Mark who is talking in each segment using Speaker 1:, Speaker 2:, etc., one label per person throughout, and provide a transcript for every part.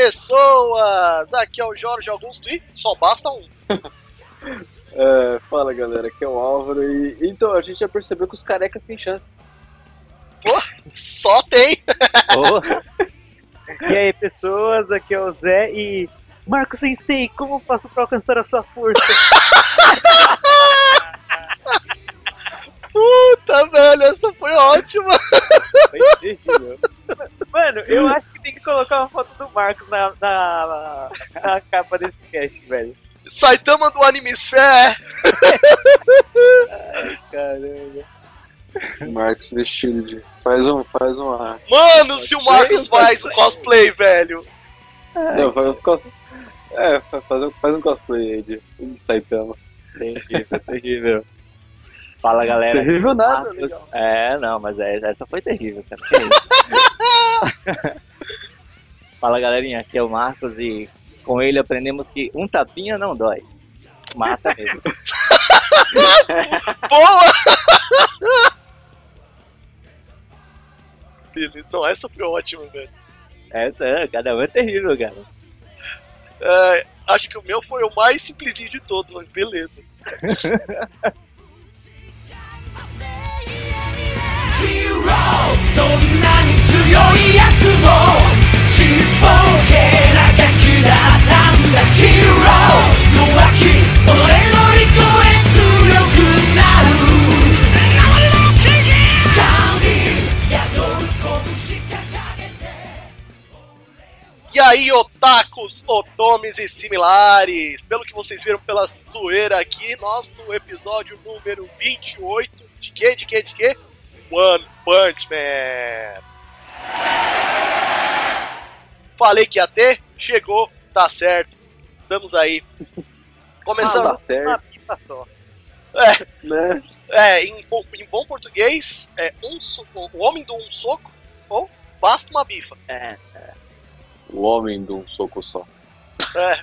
Speaker 1: pessoas! Aqui é o Jorge Augusto e só basta um.
Speaker 2: É, fala galera, aqui é o Álvaro e. Então, a gente já percebeu que os carecas têm chance.
Speaker 1: Pô, só tem!
Speaker 3: E aí, pessoas, aqui é o Zé e. Marco Sensei, como faço pra alcançar a sua força?
Speaker 1: Puta, velho, essa foi ótima!
Speaker 2: Foi terrível.
Speaker 3: Mano, eu acho que tem que colocar uma foto do Marcos na, na, na capa desse cast, velho.
Speaker 1: Saitama do é. Animesphere!
Speaker 3: Caramba.
Speaker 2: Marcos vestido de. Faz um. Faz uma.
Speaker 1: Mano, se o Marcos faz o cosplay, velho!
Speaker 2: Não, faz um cos... É, fa- faz um, faz um cosplay aí de, tá? de Saitama.
Speaker 3: Terrível, terrível. Fala, galera.
Speaker 2: Terrível nada,
Speaker 3: Marcos- É, não, mas é- essa foi terrível, cara. Que isso? Fala galerinha, aqui é o Marcos e com ele aprendemos que um tapinha não dói. Mata mesmo.
Speaker 1: Boa! Beleza, Não, essa foi ótima, velho.
Speaker 3: Essa é, cada um é terrível, cara.
Speaker 1: É, acho que o meu foi o mais simplesinho de todos, mas beleza.
Speaker 4: ヒーローどんなに強いやつもちっぽけなガキだったんだヒーロー弱き己乗り越え強くなる神宿る拳掲げて
Speaker 1: E aí, otakus, otomes e similares? Pelo que vocês viram pela zoeira aqui, nosso episódio número 28 de quê? De quê? De quê? One Punch Man! Falei que ia ter, chegou, tá certo. Estamos aí.
Speaker 2: Não
Speaker 1: Começando.
Speaker 2: dá certo,
Speaker 3: pista só.
Speaker 2: né?
Speaker 1: É, em, bo- em bom português, é um so- o homem do um soco ou basta uma bifa.
Speaker 3: É,
Speaker 2: O homem de um soco só.
Speaker 1: É.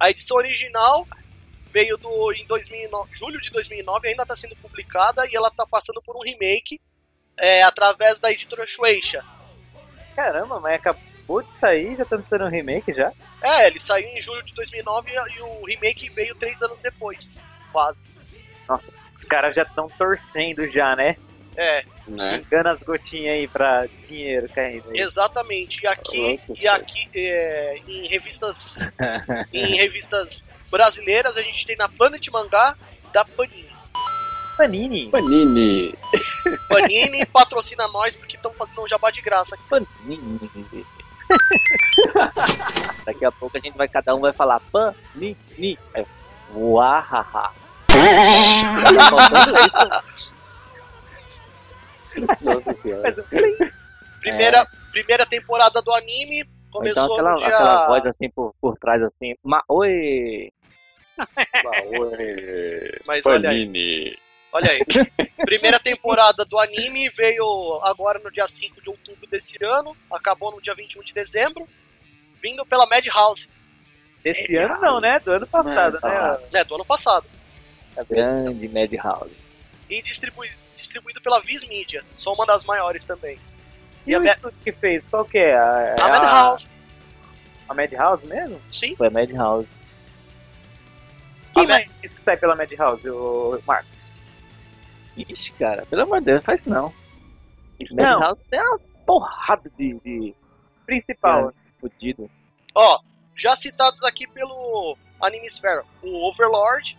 Speaker 1: A edição original veio do em 2009, julho de 2009, ainda está sendo publicada e ela está passando por um remake é, através da editora Shueisha.
Speaker 3: caramba, mas acabou de sair, já tá lançando um remake já?
Speaker 1: É, ele saiu em julho de 2009 e e o remake veio três anos depois, quase.
Speaker 3: Os caras já estão torcendo já, né?
Speaker 1: É,
Speaker 2: Né?
Speaker 3: Engana as gotinhas aí pra dinheiro caindo aí.
Speaker 1: exatamente. E aqui,
Speaker 2: Louco,
Speaker 1: e aqui é, em revistas em revistas brasileiras a gente tem na Planet Mangá da Panini.
Speaker 3: Panini.
Speaker 2: Panini.
Speaker 1: Panini patrocina nós porque estão fazendo um jabá de graça.
Speaker 3: Panini. Daqui a pouco a gente vai, cada um vai falar Panini. Aí, Uahaha. Tá faltando isso.
Speaker 2: Nossa senhora.
Speaker 3: Faz um plim.
Speaker 1: Primeira, primeira temporada do anime
Speaker 3: Ou
Speaker 1: começou
Speaker 3: É. então aquela,
Speaker 1: no dia.
Speaker 3: aquela voz assim por, por trás, assim. Ma Oi! é
Speaker 2: Baoê.
Speaker 1: Mas olha aí,
Speaker 2: Panini.
Speaker 1: olha aí. primeira temporada do anime veio agora no dia 5 de outubro desse ano, acabou no dia 21 de dezembro, vindo pela Madhouse,
Speaker 3: Desse ano não, né? Do ano passado,
Speaker 2: Ano passado.
Speaker 3: né?
Speaker 1: né, do ano passado,
Speaker 3: Grande Madhouse.
Speaker 1: e distribui- distribuído pela Viz Media, só uma das maiores também.
Speaker 3: E,
Speaker 1: E a
Speaker 3: o
Speaker 1: Ma-
Speaker 3: estúdio que fez? Qual que é? A, é
Speaker 1: a Madhouse,
Speaker 3: A, a Madhouse mesmo?
Speaker 1: sim.
Speaker 3: Foi a Madhouse.
Speaker 1: A
Speaker 3: Quem
Speaker 1: Ma-
Speaker 3: mais que sai pela Madhouse, o Marcos?
Speaker 5: Ixi, cara, pelo amor de Deus, não faz isso não.
Speaker 3: Não.
Speaker 5: Madhouse tem uma porrada de, de né?
Speaker 3: Principal.
Speaker 5: fudido.
Speaker 1: Ó, já citados aqui pelo Anime Sphere, o Overlord,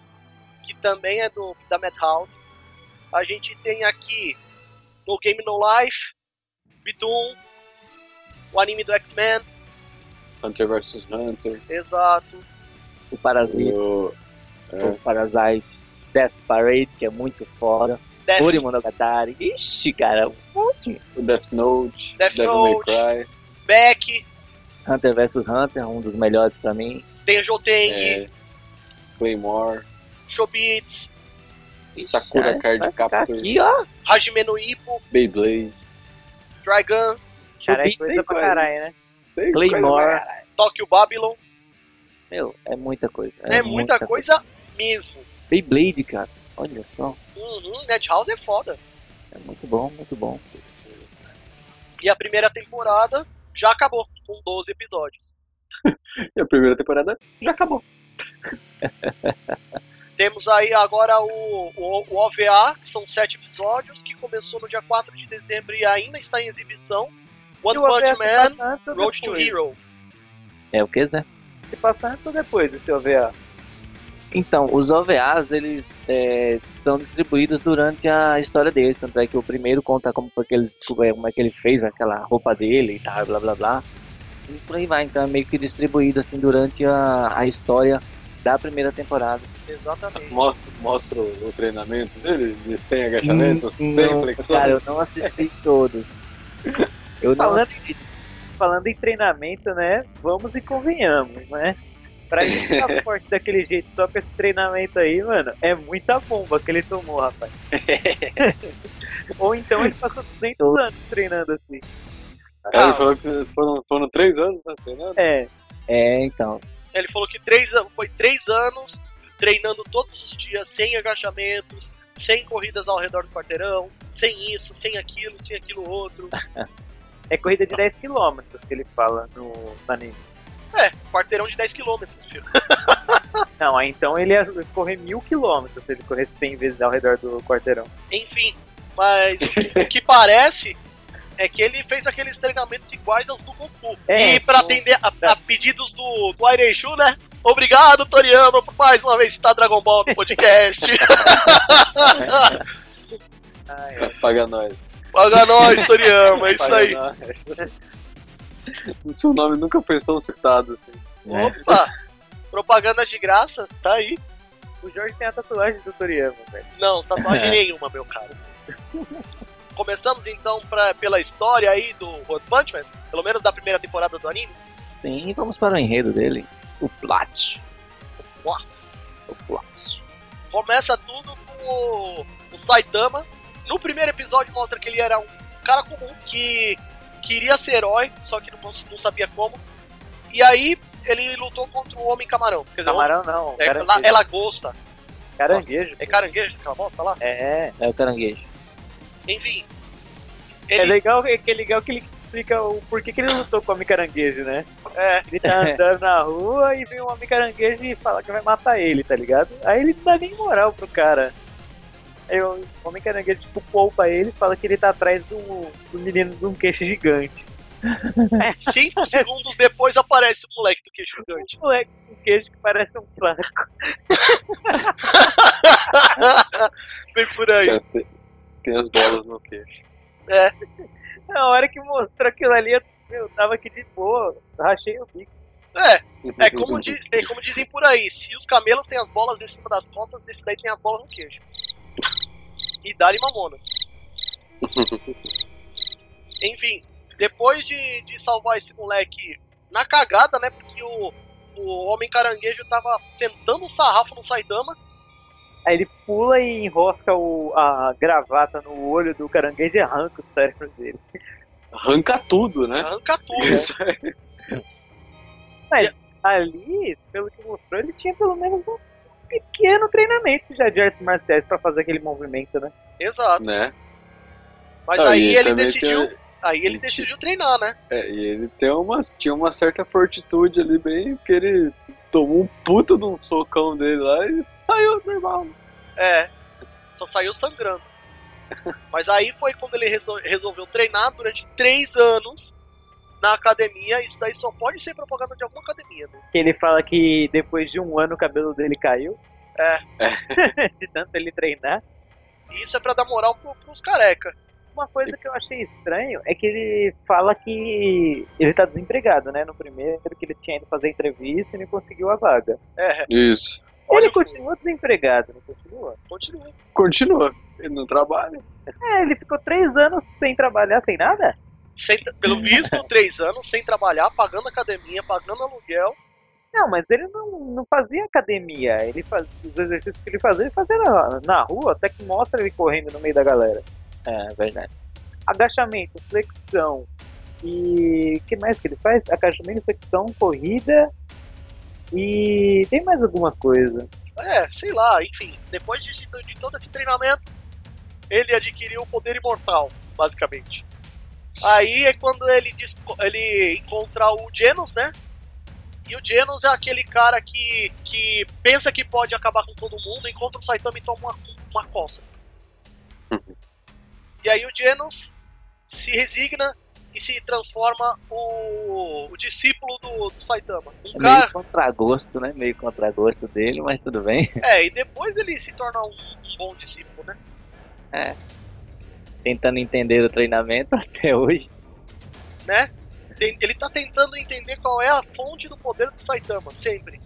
Speaker 1: que também é do da Madhouse. A gente tem aqui No Game No Life, Bitum, o anime do X-Men,
Speaker 2: Hunter vs Hunter.
Speaker 1: exato.
Speaker 5: O Parasite,
Speaker 2: O...
Speaker 1: É.
Speaker 5: o Parasite, Death Parade, que é muito foda.
Speaker 1: Death,
Speaker 5: Ori Monogatari. Ixi, cara, um monte.
Speaker 2: o Death Note.
Speaker 1: Death
Speaker 2: Devil May
Speaker 1: Note.
Speaker 2: Cry.
Speaker 1: Beck,
Speaker 5: Hunter vs Hunter, um dos melhores pra mim.
Speaker 1: Tenjoteng,
Speaker 2: É... Claymore.
Speaker 1: Shobits,
Speaker 2: Sakura
Speaker 5: cara,
Speaker 2: Card
Speaker 5: vai ficar
Speaker 2: Captor.
Speaker 5: Tá
Speaker 1: é.
Speaker 5: Aqui, ó.
Speaker 1: Hajime no Ippo,
Speaker 2: Beyblade.
Speaker 1: Dragon,
Speaker 3: Cara, é
Speaker 5: Chubby
Speaker 3: coisa
Speaker 5: tem
Speaker 3: pra
Speaker 5: coisa.
Speaker 3: caralho, né?
Speaker 2: Tem coisa né?
Speaker 5: Claymore.
Speaker 1: Tokyo Babylon.
Speaker 5: Meu, é muita coisa.
Speaker 1: É, muita, coisa mesmo.
Speaker 5: Beyblade, cara. Olha só.
Speaker 1: Uhum, Madhouse é foda.
Speaker 5: É muito bom, muito bom.
Speaker 1: E a primeira temporada já acabou, com 12 episódios.
Speaker 2: E a primeira temporada já acabou.
Speaker 1: Temos aí agora o, o, o OVA, que são sete episódios, que começou no dia 4 de dezembro e ainda está em exibição. One
Speaker 5: E o OVA
Speaker 1: Punch
Speaker 5: se
Speaker 1: Man,
Speaker 5: passa antes ou
Speaker 1: Road to
Speaker 5: depois?
Speaker 1: Hero.
Speaker 3: É o que, Zé?
Speaker 5: Se passa antes ou depois desse OVA?
Speaker 3: Então, os OVAs, eles é, são distribuídos durante a história dele. Tanto é que o primeiro conta como foi que ele descobriu, como é que ele fez aquela roupa dele e tal, blá blá blá. E por aí vai, então é meio que distribuído assim durante a, a história da primeira temporada.
Speaker 1: Exatamente.
Speaker 2: Mostra, mostra o treinamento dele, de sem
Speaker 5: Hum,
Speaker 2: agachamento, sem
Speaker 3: Não,
Speaker 2: flexão.
Speaker 3: cara, eu não assisti todos. Eu não
Speaker 5: Falando-
Speaker 3: assisti
Speaker 5: Falando em treinamento, né? Vamos e convenhamos, né? Pra ele ficar forte daquele jeito só com esse treinamento aí, mano, é muita bomba que ele tomou, rapaz. Ou então ele passou 200 anos treinando assim.
Speaker 2: Aí É,
Speaker 1: Ah,
Speaker 2: ele falou que foram, foram três anos né, treinando.
Speaker 5: É,
Speaker 3: É, então.
Speaker 1: Ele falou que três, an- foi três anos treinando todos os dias, sem agachamentos, sem corridas ao redor do quarteirão, sem isso, sem aquilo, sem aquilo outro.
Speaker 5: Tá. é corrida de 10km que ele fala no, no anime.
Speaker 1: É, quarteirão de 10 km, filho.
Speaker 5: Não, aí então ele ia correr mil quilômetros se ele correr 100 vezes ao redor do quarteirão.
Speaker 1: Enfim, mas o que- o que parece é que ele fez aqueles treinamentos iguais aos do Goku.
Speaker 5: É,
Speaker 1: e pra
Speaker 5: o-
Speaker 1: atender a, a pedidos do, do Airechu, né? Obrigado, Toriyama, por mais uma vez citar Dragon Ball no podcast.
Speaker 5: Ah, é.
Speaker 2: Paga nós.
Speaker 1: Paga nós, Toriyama, é isso
Speaker 2: Paga
Speaker 1: aí.
Speaker 2: nós. Seu nome nunca foi tão citado assim.
Speaker 3: né?
Speaker 1: Opa, propaganda de graça, tá aí.
Speaker 5: O Jorge tem a tatuagem do Toriyama, velho.
Speaker 1: Não, tá tatuagem nenhuma, meu caro. Começamos então pra- pela história aí do One Punch Man, pelo menos da primeira temporada do anime.
Speaker 3: Sim, vamos para o enredo dele. O plot.
Speaker 1: What?
Speaker 3: O plot.
Speaker 1: Começa tudo com o, o Saitama. No primeiro episódio mostra que ele era um cara comum que queria ser herói, só que não, cons- não sabia como. E aí ele lutou contra o Homem Camarão. Quer dizer,
Speaker 5: Camarão não,
Speaker 1: é,
Speaker 5: caranguejo.
Speaker 1: la- é lagosta.
Speaker 5: caranguejo.
Speaker 1: É caranguejo aquela bosta lá?
Speaker 5: É,
Speaker 3: É o caranguejo.
Speaker 1: Enfim.
Speaker 5: é
Speaker 1: Ele,
Speaker 5: legal, é que é legal que ele explica o porquê que ele lutou com o homem caranguejo, né?
Speaker 1: é,
Speaker 5: Ele tá andando na rua e vem um homem caranguejo e fala que vai matar ele, tá ligado? Aí ele não dá nem moral pro cara. Aí o homem caranguejo, tipo, poupa ele e fala que ele tá atrás do, do menino de um queixo gigante.
Speaker 1: cinco segundos depois aparece o moleque do queixo gigante.
Speaker 5: Um moleque com queixo que parece um saco.
Speaker 1: Vem por aí.
Speaker 2: Cara, tem- Tem as bolas no queixo.
Speaker 5: Na hora que mostrou aquilo ali, eu, meu, tava aqui de boa, rachei o bico.
Speaker 1: É, é como, diz- é como dizem por aí: se os camelos têm as bolas em cima das costas, esse daí tem as bolas no queijo. E dá-lhe mamonas. Enfim, depois de, de salvar esse moleque na cagada, né? Porque o, o homem caranguejo tava sentando o sarrafo no Saitama.
Speaker 2: Né?
Speaker 5: Aí ele pula e enrosca o, a gravata no olho do caranguejo e arranca o cérebro dele.
Speaker 2: Arranca tudo, né?
Speaker 1: Arranca tudo.
Speaker 2: Isso aí.
Speaker 5: Ali, pelo que mostrou, ele tinha pelo menos um pequeno treinamento já de artes marciais pra fazer aquele movimento, né?
Speaker 1: Exato.
Speaker 2: né?
Speaker 1: Mas
Speaker 2: Ah,
Speaker 1: aí
Speaker 2: e
Speaker 1: ele
Speaker 2: também
Speaker 1: decidiu.
Speaker 2: tem- um
Speaker 1: Aí ele
Speaker 2: Mentira.
Speaker 1: decidiu treinar, né?
Speaker 2: é, e ele tem uma, tinha uma certa fortitude ali, bem, porque ele tomou um puto de um socão dele lá e saiu normal. né?
Speaker 1: É. Só saiu sangrando. Mas aí foi quando ele resol- resolveu treinar durante três anos na academia. Isso daí só pode ser propaganda de alguma academia, né?
Speaker 5: Que ele fala que depois de um ano o cabelo dele caiu.
Speaker 1: É.
Speaker 5: de tanto ele treinar.
Speaker 1: E isso é pra dar moral pro, pros careca.
Speaker 5: Uma coisa que eu achei estranho é que ele fala que ele tá desempregado, né? No primeiro, que ele tinha ido fazer entrevista e não conseguiu a vaga.
Speaker 1: É,
Speaker 2: Isso.
Speaker 1: olha
Speaker 5: Ele
Speaker 1: o filme,
Speaker 5: continua desempregado, não continua?
Speaker 1: continua.
Speaker 2: Continua. Ele não trabalha.
Speaker 5: É, ele ficou três anos sem trabalhar, sem nada?
Speaker 1: Sem tra- pelo visto, três anos sem trabalhar, pagando academia, pagando aluguel.
Speaker 5: Não, mas ele não, não fazia academia. Ele fazia os exercícios que ele fazia, ele fazia na, na rua, até que mostra ele correndo no meio da galera.
Speaker 3: É verdade.
Speaker 5: Agachamento, flexão. E que mais que ele faz? Agachamento, flexão, corrida. E tem mais alguma coisa.
Speaker 1: É, sei lá, enfim. Depois de, de todo esse treinamento, ele adquiriu o poder imortal, basicamente. Aí é quando ele, desco- ele encontra o Genos, né? E o Genos é aquele cara que, que pensa que pode acabar com todo mundo, encontra o Saitama e toma uma, uma coça. e aí o Genos se resigna e se transforma o, o discípulo do, do Saitama. Um
Speaker 3: É
Speaker 1: cara,
Speaker 3: meio contragosto, né? Meio contragosto dele, mas tudo bem.
Speaker 1: é, e depois ele se torna um, um bom discípulo, né?
Speaker 3: Tentando entender o treinamento até hoje.
Speaker 1: né? Tem- Ele tá tentando entender qual é a fonte do poder do Saitama, sempre.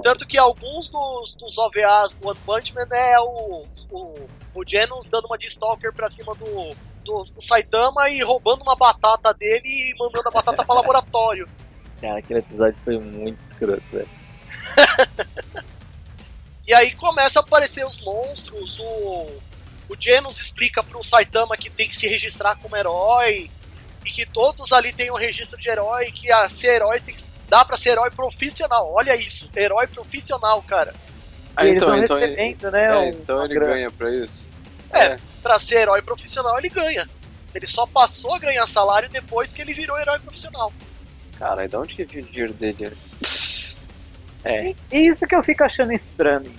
Speaker 1: Tanto que alguns dos, dos OVAs do One Punch Man é o, o, o Genos dando uma de Stalker pra cima do, do, do Saitama e roubando uma batata dele e mandando a batata pra laboratório.
Speaker 3: Cara, aquele episódio foi muito escroto, velho.
Speaker 1: E aí começa a aparecer os monstros, o, o Genos explica pro Saitama que tem que se registrar como herói e que todos ali têm um registro de herói, que a ser herói tem que dá pra ser herói profissional. Olha isso, herói profissional, cara.
Speaker 2: Ah,
Speaker 5: eles
Speaker 2: então,
Speaker 5: vão
Speaker 2: então ele,
Speaker 5: recebendo, né?
Speaker 2: é,
Speaker 5: um-
Speaker 2: então
Speaker 5: uma
Speaker 2: ele
Speaker 5: grana.
Speaker 2: ganha pra isso?
Speaker 1: É. Pra ser herói profissional ele ganha. Ele só passou a ganhar salário depois que ele virou herói profissional.
Speaker 2: Cara, e de onde que vem o dinheiro dele antes?
Speaker 5: E- É, E isso que eu fico achando estranho.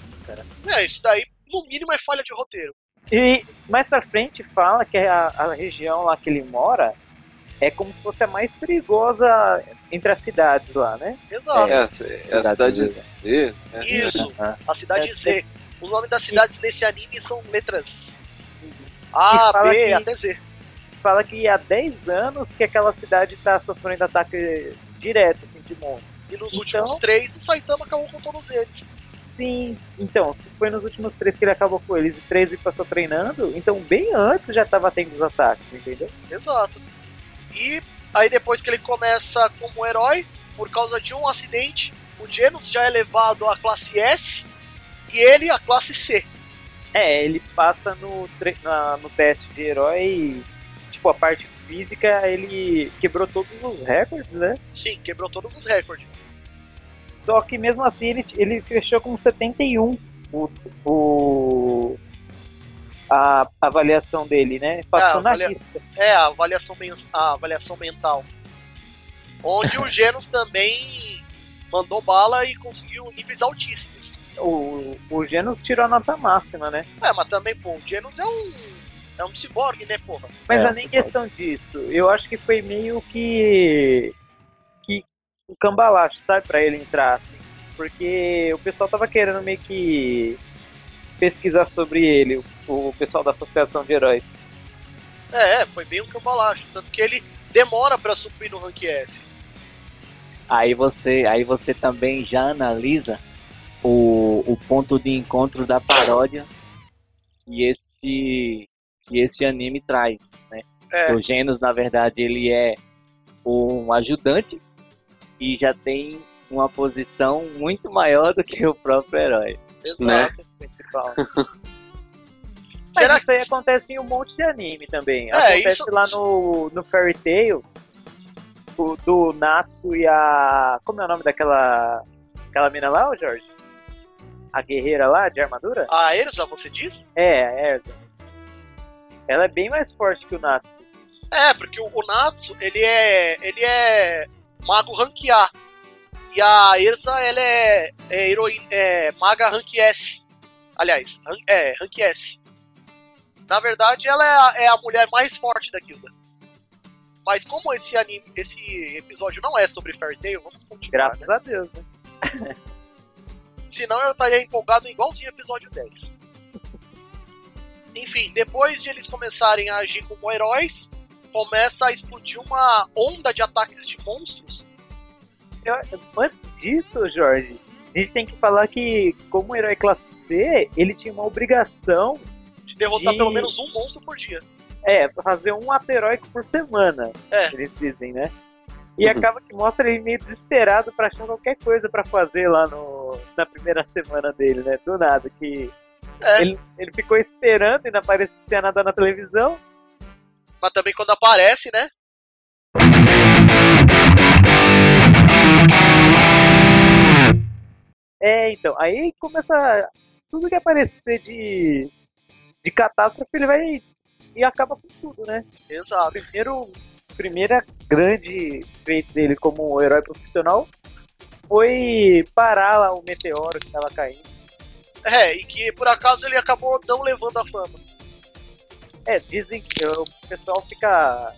Speaker 1: É, isso daí no mínimo é falha de roteiro.
Speaker 5: E mais pra frente fala que a, a região lá que ele mora é como se fosse a mais perigosa entre as cidades lá, né?
Speaker 1: Exato.
Speaker 2: É, a, ci- é a
Speaker 3: Cidade
Speaker 2: cidade
Speaker 3: Z.
Speaker 2: Z. né?
Speaker 1: Isso,
Speaker 3: Aham.
Speaker 1: a cidade
Speaker 5: É,
Speaker 1: Z. Os nomes das cidades nesse anime são letras
Speaker 5: E
Speaker 1: A,
Speaker 5: fala
Speaker 1: B,
Speaker 5: que-
Speaker 1: até Z.
Speaker 5: Fala que há 10 anos que aquela cidade tá sofrendo ataque direto assim, de monstro.
Speaker 1: E nos
Speaker 5: Então-
Speaker 1: últimos três, o Saitama acabou com todos eles.
Speaker 5: Sim, então, se foi nos últimos três que ele acabou com eles e três ele passou treinando, então bem antes já tava tendo os ataques, entendeu?
Speaker 1: Exato. E aí depois que ele começa como herói, por causa de um acidente, o Genos já é levado à classe S e ele à classe C.
Speaker 5: É, ele passa no, tre- na- no teste de herói e, tipo, a parte física, ele quebrou todos os recordes, né?
Speaker 1: Sim, quebrou todos os recordes.
Speaker 5: Só que mesmo assim ele, ele fechou com 71 o, o- a avaliação dele, né? Passou
Speaker 1: Ah,
Speaker 5: na
Speaker 1: avalia-
Speaker 5: lista.
Speaker 1: É, a avaliação, mens- a avaliação mental. Onde o Genos também mandou bala e conseguiu níveis altíssimos.
Speaker 5: O, o Genos tirou a nota máxima, né?
Speaker 1: É, mas também, pô, o Genos é um. É um ciborgue, né, porra?
Speaker 5: Mas
Speaker 3: É,
Speaker 5: não é nem
Speaker 3: você pode.
Speaker 5: questão disso. Eu acho que foi meio que. que um cambalacho, sabe? Pra ele entrar, assim. Porque o pessoal tava querendo meio que pesquisar sobre ele, o, o pessoal da Associação de Heróis.
Speaker 1: É, é, foi bem um cambalacho. Tanto que ele demora pra subir no Rank S.
Speaker 3: Aí você, aí você também já analisa o, o ponto de encontro da paródia que esse, que esse anime traz, né?
Speaker 1: É.
Speaker 3: O Genos, na verdade, ele é um ajudante e já tem uma posição muito maior do que o próprio herói.
Speaker 5: Né?
Speaker 1: Exato.
Speaker 3: né?
Speaker 5: Principal. Mas
Speaker 1: Será
Speaker 5: isso aí
Speaker 1: que.
Speaker 5: acontece em um monte de anime também.
Speaker 1: É,
Speaker 5: acontece
Speaker 1: isso-
Speaker 5: lá no, no Fairy Tail, o, do Natsu e a. Como é o nome daquela. Aquela mina lá, ô Jorge? A guerreira lá de armadura?
Speaker 1: A Erza, você diz?
Speaker 5: É, a Erza. Ela é bem mais forte que o Natsu.
Speaker 1: É, porque o, o Natsu, ele é. ele é mago rank A. E a Erza, ela é, é heroína. é maga rank S. Aliás, ran- é, rank S. Na verdade, ela é a, é a mulher mais forte da guilda. Mas como esse anime, esse episódio não é sobre Fairy Tail, vamos continuar,
Speaker 5: Graças
Speaker 1: né?
Speaker 5: a Deus, né?
Speaker 1: Senão eu estaria empolgado igualzinho ao episódio 10. Enfim, depois de eles começarem a agir como heróis, começa a explodir uma onda de ataques de monstros.
Speaker 5: Eu- antes disso, Jorge, a gente tem que falar que, como herói classe C, ele tinha uma obrigação
Speaker 1: De derrotar
Speaker 5: Ih.
Speaker 1: pelo menos um monstro por dia.
Speaker 5: É, fazer um ato heróico por semana,
Speaker 1: É.
Speaker 5: eles dizem, né? E acaba que mostra ele meio desesperado pra achar qualquer coisa pra fazer lá no, na primeira semana dele, né? Do nada, que
Speaker 1: É.
Speaker 5: ele, ele ficou esperando e não aparecia nada na televisão.
Speaker 1: Mas também quando aparece, né?
Speaker 5: É, então, aí começa tudo que aparecer de, de catástrofe, ele vai e acaba com tudo, né?
Speaker 1: Exato.
Speaker 5: Primeiro, primeira grande feito dele como herói profissional foi parar lá o meteoro que estava caindo.
Speaker 1: É, e que por acaso ele acabou não levando a fama.
Speaker 5: É, dizem que o pessoal fica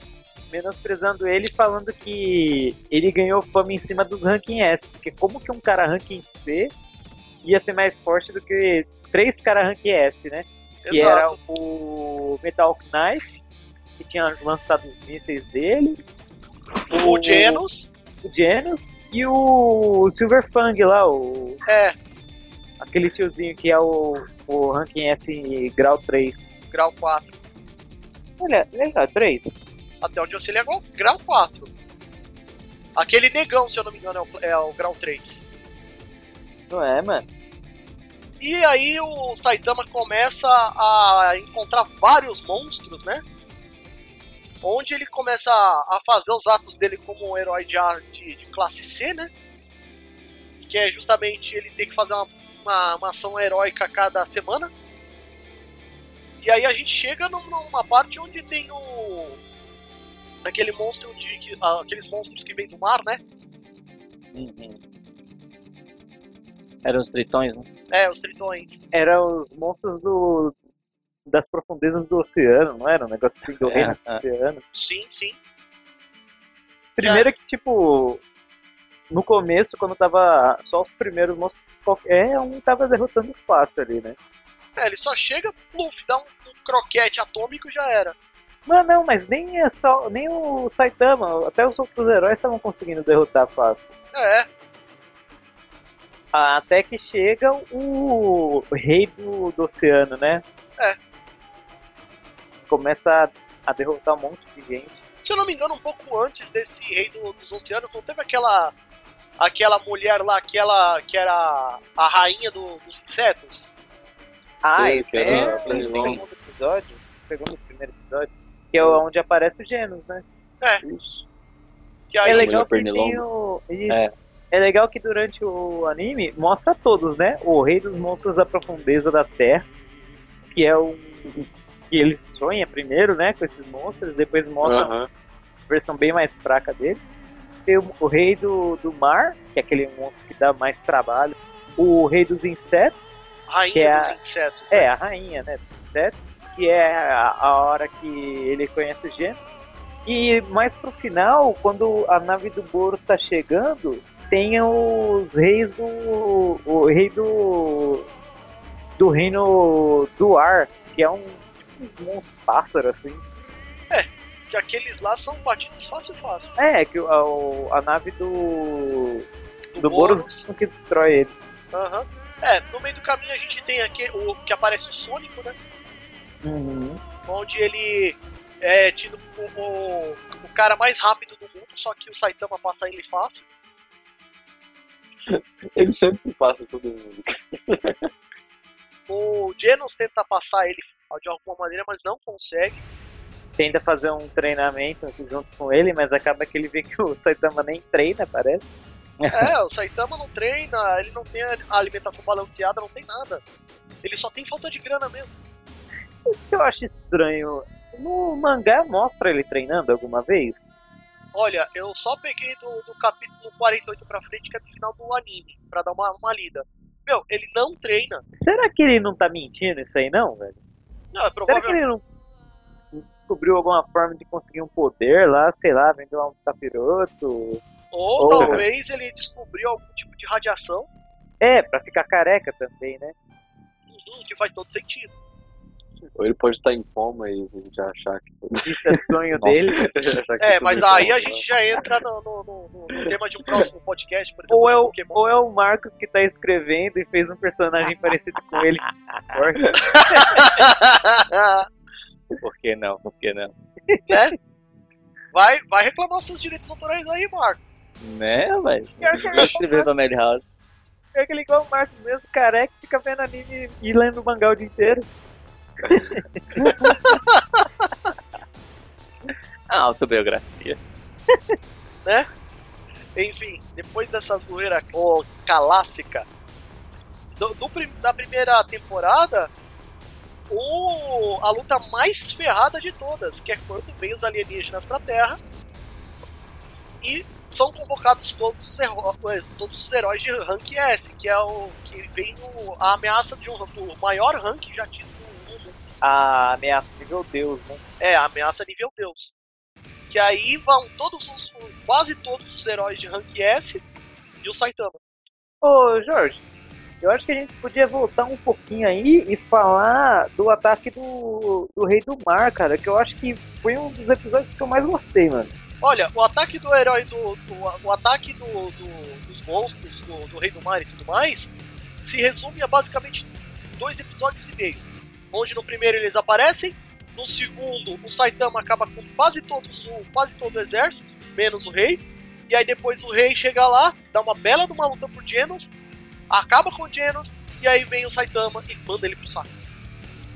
Speaker 5: menosprezando ele falando que ele ganhou fama em cima dos ranking S, porque como que um cara ranking C ia ser mais forte do que três caras ranking S, né? Que era
Speaker 1: Exato.
Speaker 5: o Metal Knife, que tinha lançado os mísseis dele,
Speaker 1: O Genos,
Speaker 5: o Genos e o Silver Fang lá, o
Speaker 1: é,
Speaker 5: aquele tiozinho que é o, o ranking S grau 3.
Speaker 1: grau 4.
Speaker 5: Olha, legal, 3.
Speaker 1: Até onde eu sei, ele é grau- grau 4. Aquele negão, se eu não me engano, é o, é o grau 3.
Speaker 5: Não é, mano?
Speaker 1: E aí o Saitama começa a encontrar vários monstros, né? Onde ele começa a a fazer os atos dele como um herói de, a- de- de classe C, né? Que é justamente ele ter que fazer uma, uma- uma ação heróica a cada semana. E aí a gente chega num- numa parte onde tem o. Aquele monstro de. que- ah, Aqueles monstros que vêm do mar, né?
Speaker 3: Uhum. Eram os tritões, né?
Speaker 1: É, os tritões.
Speaker 5: Era os monstros do, das profundezas do oceano, não era? Um negócio assim do
Speaker 3: É,
Speaker 5: reino do
Speaker 3: é.
Speaker 5: oceano.
Speaker 1: Sim, sim.
Speaker 5: Primeiro que, tipo, no começo, quando tava só os primeiros monstros, qualquer um tava derrotando fácil ali, né?
Speaker 1: É, ele só chega, pluf, dá um, um croquete atômico e já era.
Speaker 5: Mano, não, mas nem, é só, nem o Saitama, até os outros heróis estavam conseguindo derrotar fácil.
Speaker 1: É,
Speaker 5: Até que chega o rei do, do oceano, né?
Speaker 1: É.
Speaker 5: Começa a, a derrotar um monte de gente.
Speaker 1: se eu não me engano, um pouco antes desse Rei do- dos Oceanos, não teve aquela aquela mulher lá, aquela que era a rainha do- dos insetos?
Speaker 5: Ah,
Speaker 2: Sim,
Speaker 5: esse
Speaker 2: que né?
Speaker 5: é,
Speaker 2: era-
Speaker 5: o
Speaker 2: sim, sim.
Speaker 5: segundo episódio. Segundo primeiro episódio. Que é onde aparece o Genos, né?
Speaker 2: Isso.
Speaker 1: Que aí,
Speaker 5: é
Speaker 2: Mulher
Speaker 5: legal que
Speaker 2: Pernilongo.
Speaker 5: tem o. Isso.
Speaker 3: É.
Speaker 5: É. legal que durante o anime mostra todos, né? O rei dos monstros da profundeza da terra. Que é um. Que ele sonha primeiro, né? Com esses monstros, depois mostra
Speaker 2: Aham.
Speaker 5: versão bem mais fraca dele. Tem o, o Rei do, do Mar, que é aquele monstro que dá mais trabalho. O Rei dos Insetos, que
Speaker 1: rainha
Speaker 5: é
Speaker 1: dos
Speaker 5: a-
Speaker 1: insetos.
Speaker 5: é a rainha, né? Dos insetos, que é a, a hora que ele conhece os gêmeos. E mais pro final, quando a nave do Boros tá chegando, tem os reis do. O rei do. do reino do ar, que é um. tipo um pássaro assim.
Speaker 1: Que aqueles lá são batidos fácil, fácil.
Speaker 5: É, que o- a, o- a nave do. Do, Boros
Speaker 1: Boros.
Speaker 5: que destrói ele.
Speaker 1: Aham. É, no meio do caminho a gente tem aqui o que aparece o Sônico, né? Onde ele é tido como o, o cara mais rápido do mundo, só que o Saitama passa ele fácil.
Speaker 2: Ele sempre passa todo mundo.
Speaker 1: O Genos tenta passar ele de alguma maneira, mas não consegue.
Speaker 5: Tenta fazer um treinamento junto com ele, mas acaba que ele vê que o Saitama nem treina, parece.
Speaker 1: É, o Saitama não treina, ele não tem a alimentação balanceada, não tem nada. Ele só tem falta de grana mesmo.
Speaker 5: O que eu acho estranho, no mangá mostra ele treinando alguma vez?
Speaker 1: Olha, eu só peguei do, do capítulo 48 pra frente, que é do final do anime, pra dar uma, uma lida. Meu, ele não treina.
Speaker 5: Será que ele não tá mentindo isso aí não, velho?
Speaker 1: Não, é
Speaker 5: Será que
Speaker 1: provável.
Speaker 5: ele não descobriu alguma forma de conseguir um poder lá, sei lá, vender um capiroto?
Speaker 1: Ou
Speaker 5: Ou-
Speaker 1: talvez ele descobriu algum tipo de radiação,
Speaker 5: É, pra ficar careca também, né?
Speaker 1: uhum, que faz todo sentido.
Speaker 2: Ou ele pode estar em coma e a gente achar que.
Speaker 5: Isso é sonho
Speaker 2: Nossa.
Speaker 5: dele.
Speaker 2: achar que
Speaker 1: É,
Speaker 2: tudo
Speaker 1: mas aí
Speaker 2: bom,
Speaker 1: a
Speaker 2: né?
Speaker 1: gente já entra no, no- no- no- no tema de um próximo podcast, por exemplo,
Speaker 5: Ou é,
Speaker 1: de
Speaker 5: o,
Speaker 1: Pokémon.
Speaker 5: ou é o Marcos que tá escrevendo e fez um personagem parecido com ele.
Speaker 3: Por que não? Por que não?
Speaker 1: vai, vai reclamar os seus direitos autorais aí, Marco.
Speaker 3: Né, velho?
Speaker 5: Pior que ele
Speaker 3: Eu
Speaker 5: é
Speaker 3: escrevi pra Madhouse.
Speaker 5: Pior que ele é igual o Marcos mesmo, careca, fica vendo anime e lendo mangá o dia inteiro.
Speaker 3: Ah, autobiografia.
Speaker 1: Enfim, depois dessa zoeira oh, calássica do, do prim- da primeira temporada, o, a luta mais ferrada de todas, que é quando vem os alienígenas pra Terra e são convocados todos os, heró- todos os heróis de rank S, que é o que vem no- a ameaça de um, do maior rank já tido no mundo.
Speaker 5: A Ah, ameaça de meu Deus, né?
Speaker 1: É, a ameaça nível Deus. Que aí vão todos os, quase todos os heróis de rank S e o Saitama.
Speaker 5: Ô, Jorge, eu acho que a gente podia voltar um pouquinho aí e falar do ataque do, do Rei do Mar, cara, que eu acho que foi um dos episódios que eu mais gostei, mano.
Speaker 1: Olha, o ataque do herói do. do- o ataque do, do- dos monstros, do, do Rei do Mar e tudo mais, se resume a basicamente dois episódios e meio. Onde no primeiro eles aparecem, no segundo o Saitama acaba com quase, todos, o- quase todo o exército, menos o rei. E aí depois o rei chega lá, dá uma bela de uma luta pro Genos, acaba com o Genos, e aí vem o Saitama e manda ele pro saco.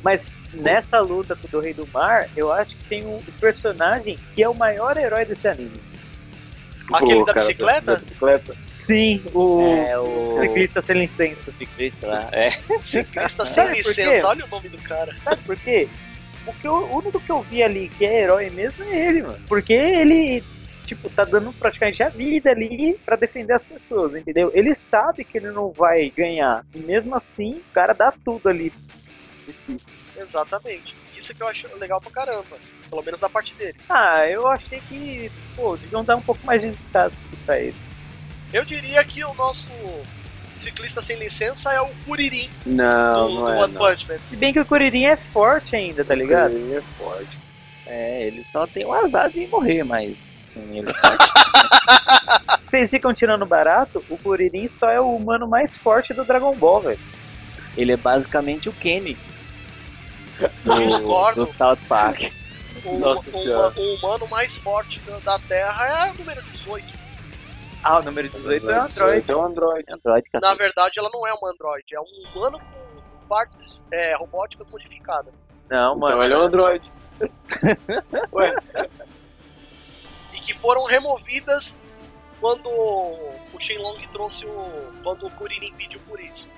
Speaker 5: Mas nessa luta do Rei do Mar, eu acho que tem um personagem que é o maior herói desse anime.
Speaker 1: Aquele
Speaker 2: Pô,
Speaker 1: da
Speaker 2: cara,
Speaker 1: bicicleta?
Speaker 2: Da bicicleta.
Speaker 5: Sim, o
Speaker 3: É o.
Speaker 5: ciclista sem licença.
Speaker 3: Ciclista lá. É.
Speaker 1: Ciclista sem
Speaker 5: Sabe por quê?
Speaker 1: licença, olha o nome do cara.
Speaker 5: Sabe por quê? O, que eu- o único que eu vi ali que é herói mesmo é ele, mano. Porque ele, tipo, tá dando praticamente a vida ali pra defender as pessoas, entendeu? Ele sabe que ele não vai ganhar. E mesmo assim, o cara dá tudo ali.
Speaker 1: Exatamente. Isso que eu acho legal pra caramba. Pelo menos da parte dele.
Speaker 5: Ah, eu achei que, pô, deviam dar um pouco mais de destaque pra ele.
Speaker 1: Eu diria que o nosso ciclista sem licença é o Kuririn
Speaker 2: Não,
Speaker 1: do,
Speaker 2: não
Speaker 1: do
Speaker 2: é.
Speaker 1: One
Speaker 2: Não.
Speaker 1: Punch Man.
Speaker 5: Se bem que o Kuririn é forte ainda, tá ligado?
Speaker 2: Ele é forte.
Speaker 3: É, ele só tem o azar de morrer, mas assim, ele tipo, faz.
Speaker 5: Vocês ficam tirando barato, o Kuririn só é o humano mais forte do Dragon Ball, velho.
Speaker 3: ele é basicamente o Kenny.
Speaker 1: Discordo.
Speaker 3: Do, do South Park.
Speaker 1: O,
Speaker 2: Nossa
Speaker 1: o-
Speaker 2: Senhora.
Speaker 1: o humano mais forte da, da Terra é o número 18.
Speaker 5: Ah, o número 18 é o Android.
Speaker 2: É um android.
Speaker 3: Android,
Speaker 1: Na
Speaker 3: cacete.
Speaker 1: verdade, ela não é um androide, é um humano com partes é, robóticas modificadas.
Speaker 5: Não,
Speaker 2: Então
Speaker 5: mano.
Speaker 2: ele é um android.
Speaker 1: E que foram removidas quando o Shenlong trouxe o. quando o Kuririn pediu por isso.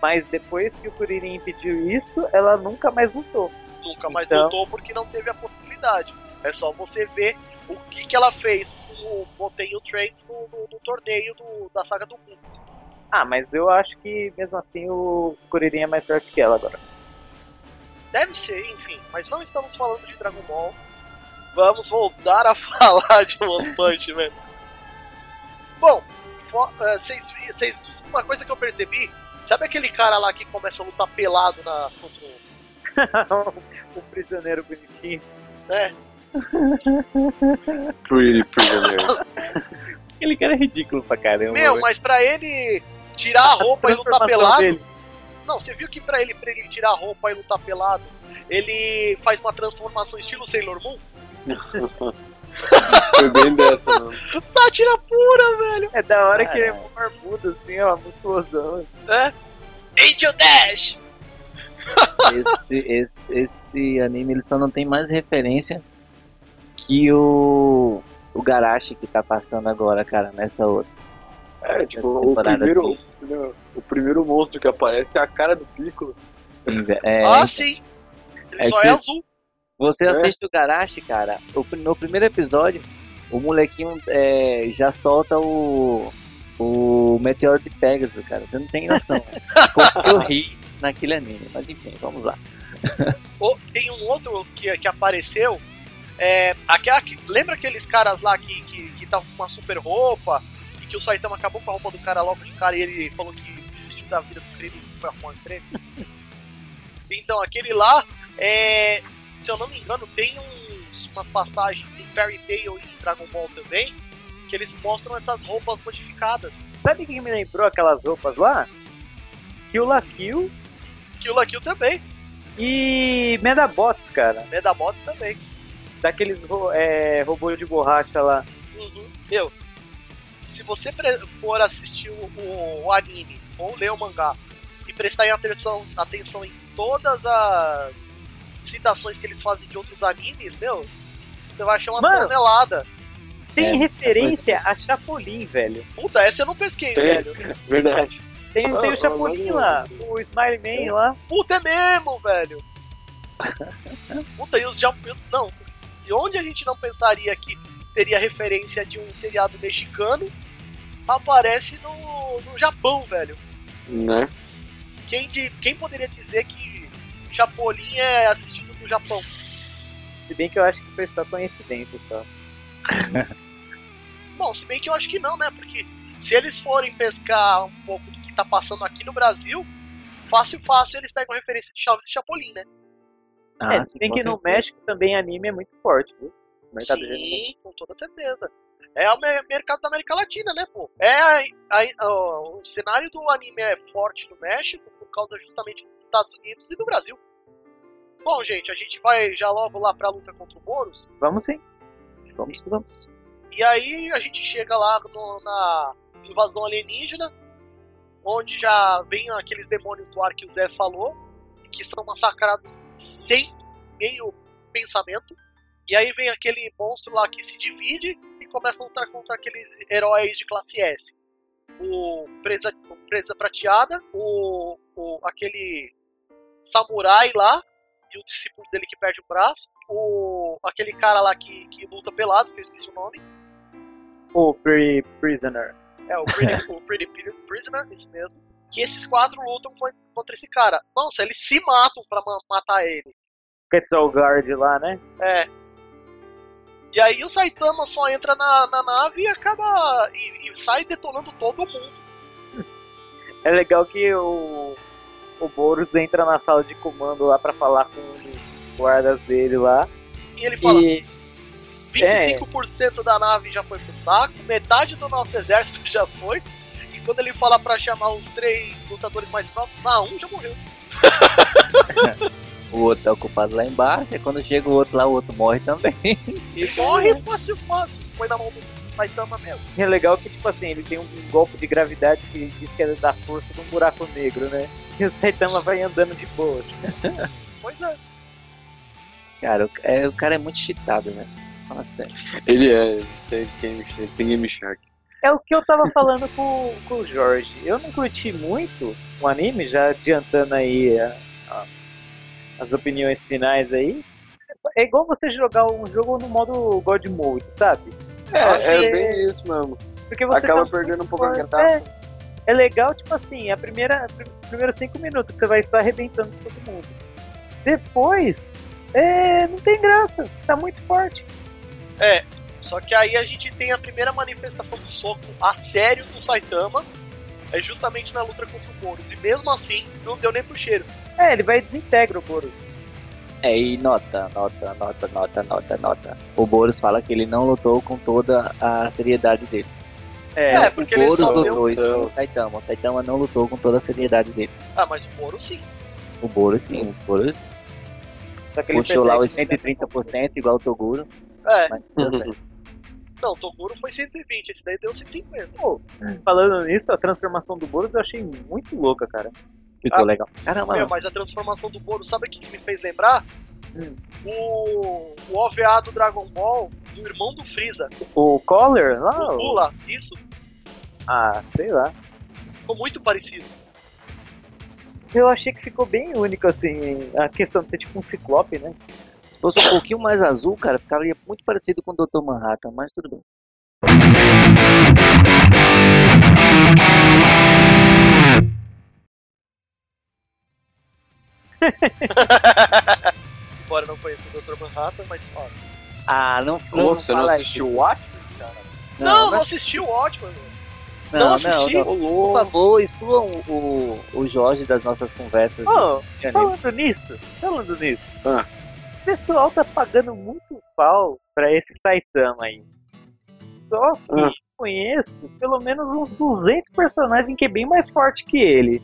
Speaker 5: Mas depois que o Kuririn pediu isso, ela nunca mais lutou.
Speaker 1: Nunca mais
Speaker 5: Então.
Speaker 1: voltou porque não teve a possibilidade. É só você ver o que, que ela fez com o Botenho Trades no, no- no torneio do- da saga do mundo.
Speaker 5: Ah, mas eu acho que mesmo assim o Kuririn é mais forte que ela agora.
Speaker 1: Deve ser, enfim, mas não estamos falando de Dragon Ball. Vamos voltar a falar de One Punch Man. Bom, fo- eh, vocês vi- vocês- uma coisa que eu percebi, sabe aquele cara lá que começa a lutar pelado na contra o-
Speaker 5: o prisioneiro bonitinho.
Speaker 2: Pretty prisoner.
Speaker 3: Aquele cara é ridículo pra caramba.
Speaker 1: Meu, mas pra ele tirar a roupa e lutar
Speaker 5: Transformação
Speaker 1: tá pelado,
Speaker 5: dele.
Speaker 1: Não, você viu que pra ele, pra ele tirar a roupa e lutar pelado, ele faz uma transformação estilo Sailor Moon?
Speaker 2: Foi bem dessa, né? mano.
Speaker 1: Sátira pura, velho!
Speaker 5: É da hora que ele é
Speaker 3: Caralho.
Speaker 5: barbudo, assim, ó, musculosão.
Speaker 3: É,
Speaker 1: Angel Dash!
Speaker 3: esse, esse, esse anime ele só não tem mais referência que o. O Garashi que tá passando agora, cara, nessa outra.
Speaker 2: É, tipo,
Speaker 3: Essa
Speaker 2: o
Speaker 3: temporada
Speaker 2: primeiro,
Speaker 3: tem.
Speaker 2: o primeiro- o primeiro monstro que aparece é a cara do Piccolo.
Speaker 3: É,
Speaker 1: Ah, sim! Ele
Speaker 3: É
Speaker 1: só
Speaker 3: que
Speaker 1: é
Speaker 3: você-
Speaker 1: azul.
Speaker 3: Você
Speaker 2: É.
Speaker 3: assiste o Garashi, cara, o pri- no primeiro episódio, o molequinho é, já solta o, o Meteoro de Pegasus, cara. Você não tem noção. Como que eu ri naquele anime. Mas enfim, vamos lá.
Speaker 1: Ou- tem um outro que, que apareceu. É, aquela que- lembra aqueles caras lá que que que estavam com uma super roupa e que o Saitama acabou com a roupa do cara logo de cara e ele falou que desistiu da vida do crime e foi arrumar um emprego? então, aquele lá, é, se eu não me engano, tem uns- umas passagens em Fairy Tail e Dragon Ball também que eles mostram essas roupas modificadas.
Speaker 5: Sabe o que me lembrou aquelas roupas lá? Kill la Kill
Speaker 1: Que o Kill também,
Speaker 5: e Medabots, cara.
Speaker 1: Medabots também.
Speaker 5: Daqueles ro é, robôs de borracha lá.
Speaker 1: Uhum. Meu, se você pre- for assistir o, o- o anime ou ler o mangá e prestar atenção, atenção em todas as citações que eles fazem de outros animes, meu, você vai achar uma
Speaker 5: Mano.
Speaker 1: tonelada.
Speaker 5: Tem
Speaker 3: É,
Speaker 5: referência a Chapolin, velho.
Speaker 1: Puta, essa eu não pesquei,
Speaker 2: Tem.
Speaker 1: velho.
Speaker 2: Verdade.
Speaker 5: Tem, tem
Speaker 2: Ah,
Speaker 5: o Chapolin
Speaker 2: ah,
Speaker 5: lá, o Smiley Man lá.
Speaker 1: Puta, é mesmo, velho. Puta, e os japoneses. Não, de onde a gente não pensaria que teria referência de um seriado mexicano, aparece no, no Japão, velho.
Speaker 2: Né?
Speaker 1: Quem, di- quem poderia dizer que Chapolin é assistido no Japão?
Speaker 5: Se bem que eu acho que foi só coincidência só.
Speaker 1: Bom, se bem que eu acho que não, né? Porque se eles forem pescar um pouco do que tá passando aqui no Brasil, fácil, fácil, eles pegam referência de Chaves e Chapolin, né?
Speaker 3: Ah,
Speaker 5: é, se
Speaker 3: sim,
Speaker 5: bem
Speaker 3: com
Speaker 5: que no
Speaker 3: certeza.
Speaker 5: México também anime é muito forte, viu? O mercado de-
Speaker 1: Sim, com toda certeza. É o me- mercado da América Latina, né, pô? É a- a- ó, o cenário do anime é forte no México por causa justamente dos Estados Unidos e do Brasil. Bom, gente, a gente vai já logo lá pra luta contra o Boros.
Speaker 5: Vamos sim. Vamos que vamos.
Speaker 1: E aí a gente chega lá no- na invasão alienígena, onde já vem aqueles demônios do ar que o Zé falou, que são massacrados sem meio pensamento. E aí vem aquele monstro lá que se divide e começa a lutar contra aqueles heróis de classe S. O presa, o presa prateada, o, o aquele samurai lá, e o discípulo dele que perde o braço, o aquele cara lá que, que luta pelado, que eu esqueci o nome.
Speaker 5: O Pre Prisoner.
Speaker 1: É, o Pretty, o Pretty Pri- Prisoner, isso mesmo. Que esses quatro lutam co- contra esse cara. Nossa, eles se matam pra ma- matar ele.
Speaker 5: Quetzal Guard lá, né?
Speaker 1: É. E aí o Saitama só entra na, na nave e acaba. E, e sai detonando todo mundo.
Speaker 5: É legal que o, o Boros entra na sala de comando lá pra falar com os guardas dele lá.
Speaker 1: E ele fala:
Speaker 5: E
Speaker 1: 25% da nave já foi pro saco, metade do nosso exército já foi. E quando ele fala pra chamar os três lutadores mais próximos, ah, um já morreu.
Speaker 3: O outro tá ocupado lá embaixo, e quando chega o outro lá, o outro morre também.
Speaker 1: E morre fácil, fácil. Foi na mão do Saitama mesmo.
Speaker 5: é legal que, tipo assim, ele tem um golpe de gravidade que diz que é da força de um buraco negro, né? E o Saitama vai andando de boa. tipo.
Speaker 1: Pois é.
Speaker 3: Cara, o, é, o cara é muito cheatado, né? Fala sério.
Speaker 2: Ele é, ele tem Game, ele tem game Shark.
Speaker 5: É o que eu tava falando com, com o Jorge. Eu não curti muito o anime, já adiantando aí a- a- as opiniões finais aí. É igual você jogar um jogo no modo God Mode, sabe?
Speaker 2: É,
Speaker 5: Você-
Speaker 2: é bem isso mesmo.
Speaker 5: Porque você
Speaker 2: Acaba
Speaker 5: tá-
Speaker 2: perdendo um pouco a graça.
Speaker 5: é, é legal, tipo assim, a primeira, os primeiros cinco minutos você vai só arrebentando todo mundo. Depois, é, não tem graça, tá muito forte.
Speaker 1: Só que aí a gente tem a primeira manifestação do soco a sério do Saitama. É justamente na luta contra o Boros. E mesmo assim, não deu nem pro cheiro.
Speaker 5: É, ele vai e desintegra o Boros.
Speaker 3: É, e nota, nota, nota, nota, nota, nota. O Boros fala que ele não lutou com toda a seriedade dele.
Speaker 1: É,
Speaker 5: É,
Speaker 1: porque
Speaker 3: o
Speaker 1: ele
Speaker 3: Boros
Speaker 1: só deu.
Speaker 3: lutou isso
Speaker 2: Então.
Speaker 3: no Saitama. O Saitama não lutou com toda a seriedade dele.
Speaker 1: Ah, mas o Boros sim.
Speaker 3: O Boros sim, o Boros
Speaker 5: só que ele
Speaker 3: puxou lá os
Speaker 5: percebe que ele tá com
Speaker 3: 130%, igual o Toguro,
Speaker 1: É,
Speaker 3: mas deu certo.
Speaker 1: não, o Toguro foi 120, esse daí deu 150.
Speaker 5: Pô, falando nisso, a transformação do Boros eu achei muito louca, cara.
Speaker 3: Ficou
Speaker 1: Ah.
Speaker 3: legal. Caramba,
Speaker 1: Meu, mas a transformação do Boros, sabe o que que me fez lembrar?
Speaker 5: Hum.
Speaker 1: O, o OVA do Dragon Ball, do irmão do Freeza,
Speaker 5: O Collar lá?
Speaker 1: o
Speaker 5: o-
Speaker 1: Bula, isso,
Speaker 5: Ah, sei lá.
Speaker 1: ficou muito parecido.
Speaker 5: Eu achei que ficou bem único, assim, a questão de ser tipo um ciclope, né?
Speaker 3: se fosse um pouquinho mais azul, cara, ficaria muito parecido com o Dr. Manhattan, mas tudo bem.
Speaker 1: Embora eu não conheça o Dr. Manhattan, mas ó.
Speaker 3: Ah, não, não,
Speaker 2: Louco, você não
Speaker 3: fala
Speaker 2: assistiu
Speaker 3: isso.
Speaker 2: o Watch?
Speaker 1: Não, não,
Speaker 3: mas-
Speaker 1: assisti o ótimo.
Speaker 3: não,
Speaker 1: não
Speaker 3: não, tá
Speaker 1: assisti.
Speaker 3: não.
Speaker 2: Ô,
Speaker 3: Por
Speaker 2: louco.
Speaker 3: favor, excluam o, o Jorge das nossas conversas.
Speaker 5: Ô,
Speaker 3: de anime.
Speaker 5: falando nisso, falando nisso.
Speaker 2: Ah.
Speaker 5: O pessoal tá pagando muito pau pra esse Saitama aí. Só que
Speaker 2: Ah.
Speaker 5: eu conheço pelo menos uns 200 personagens que é bem mais forte que ele.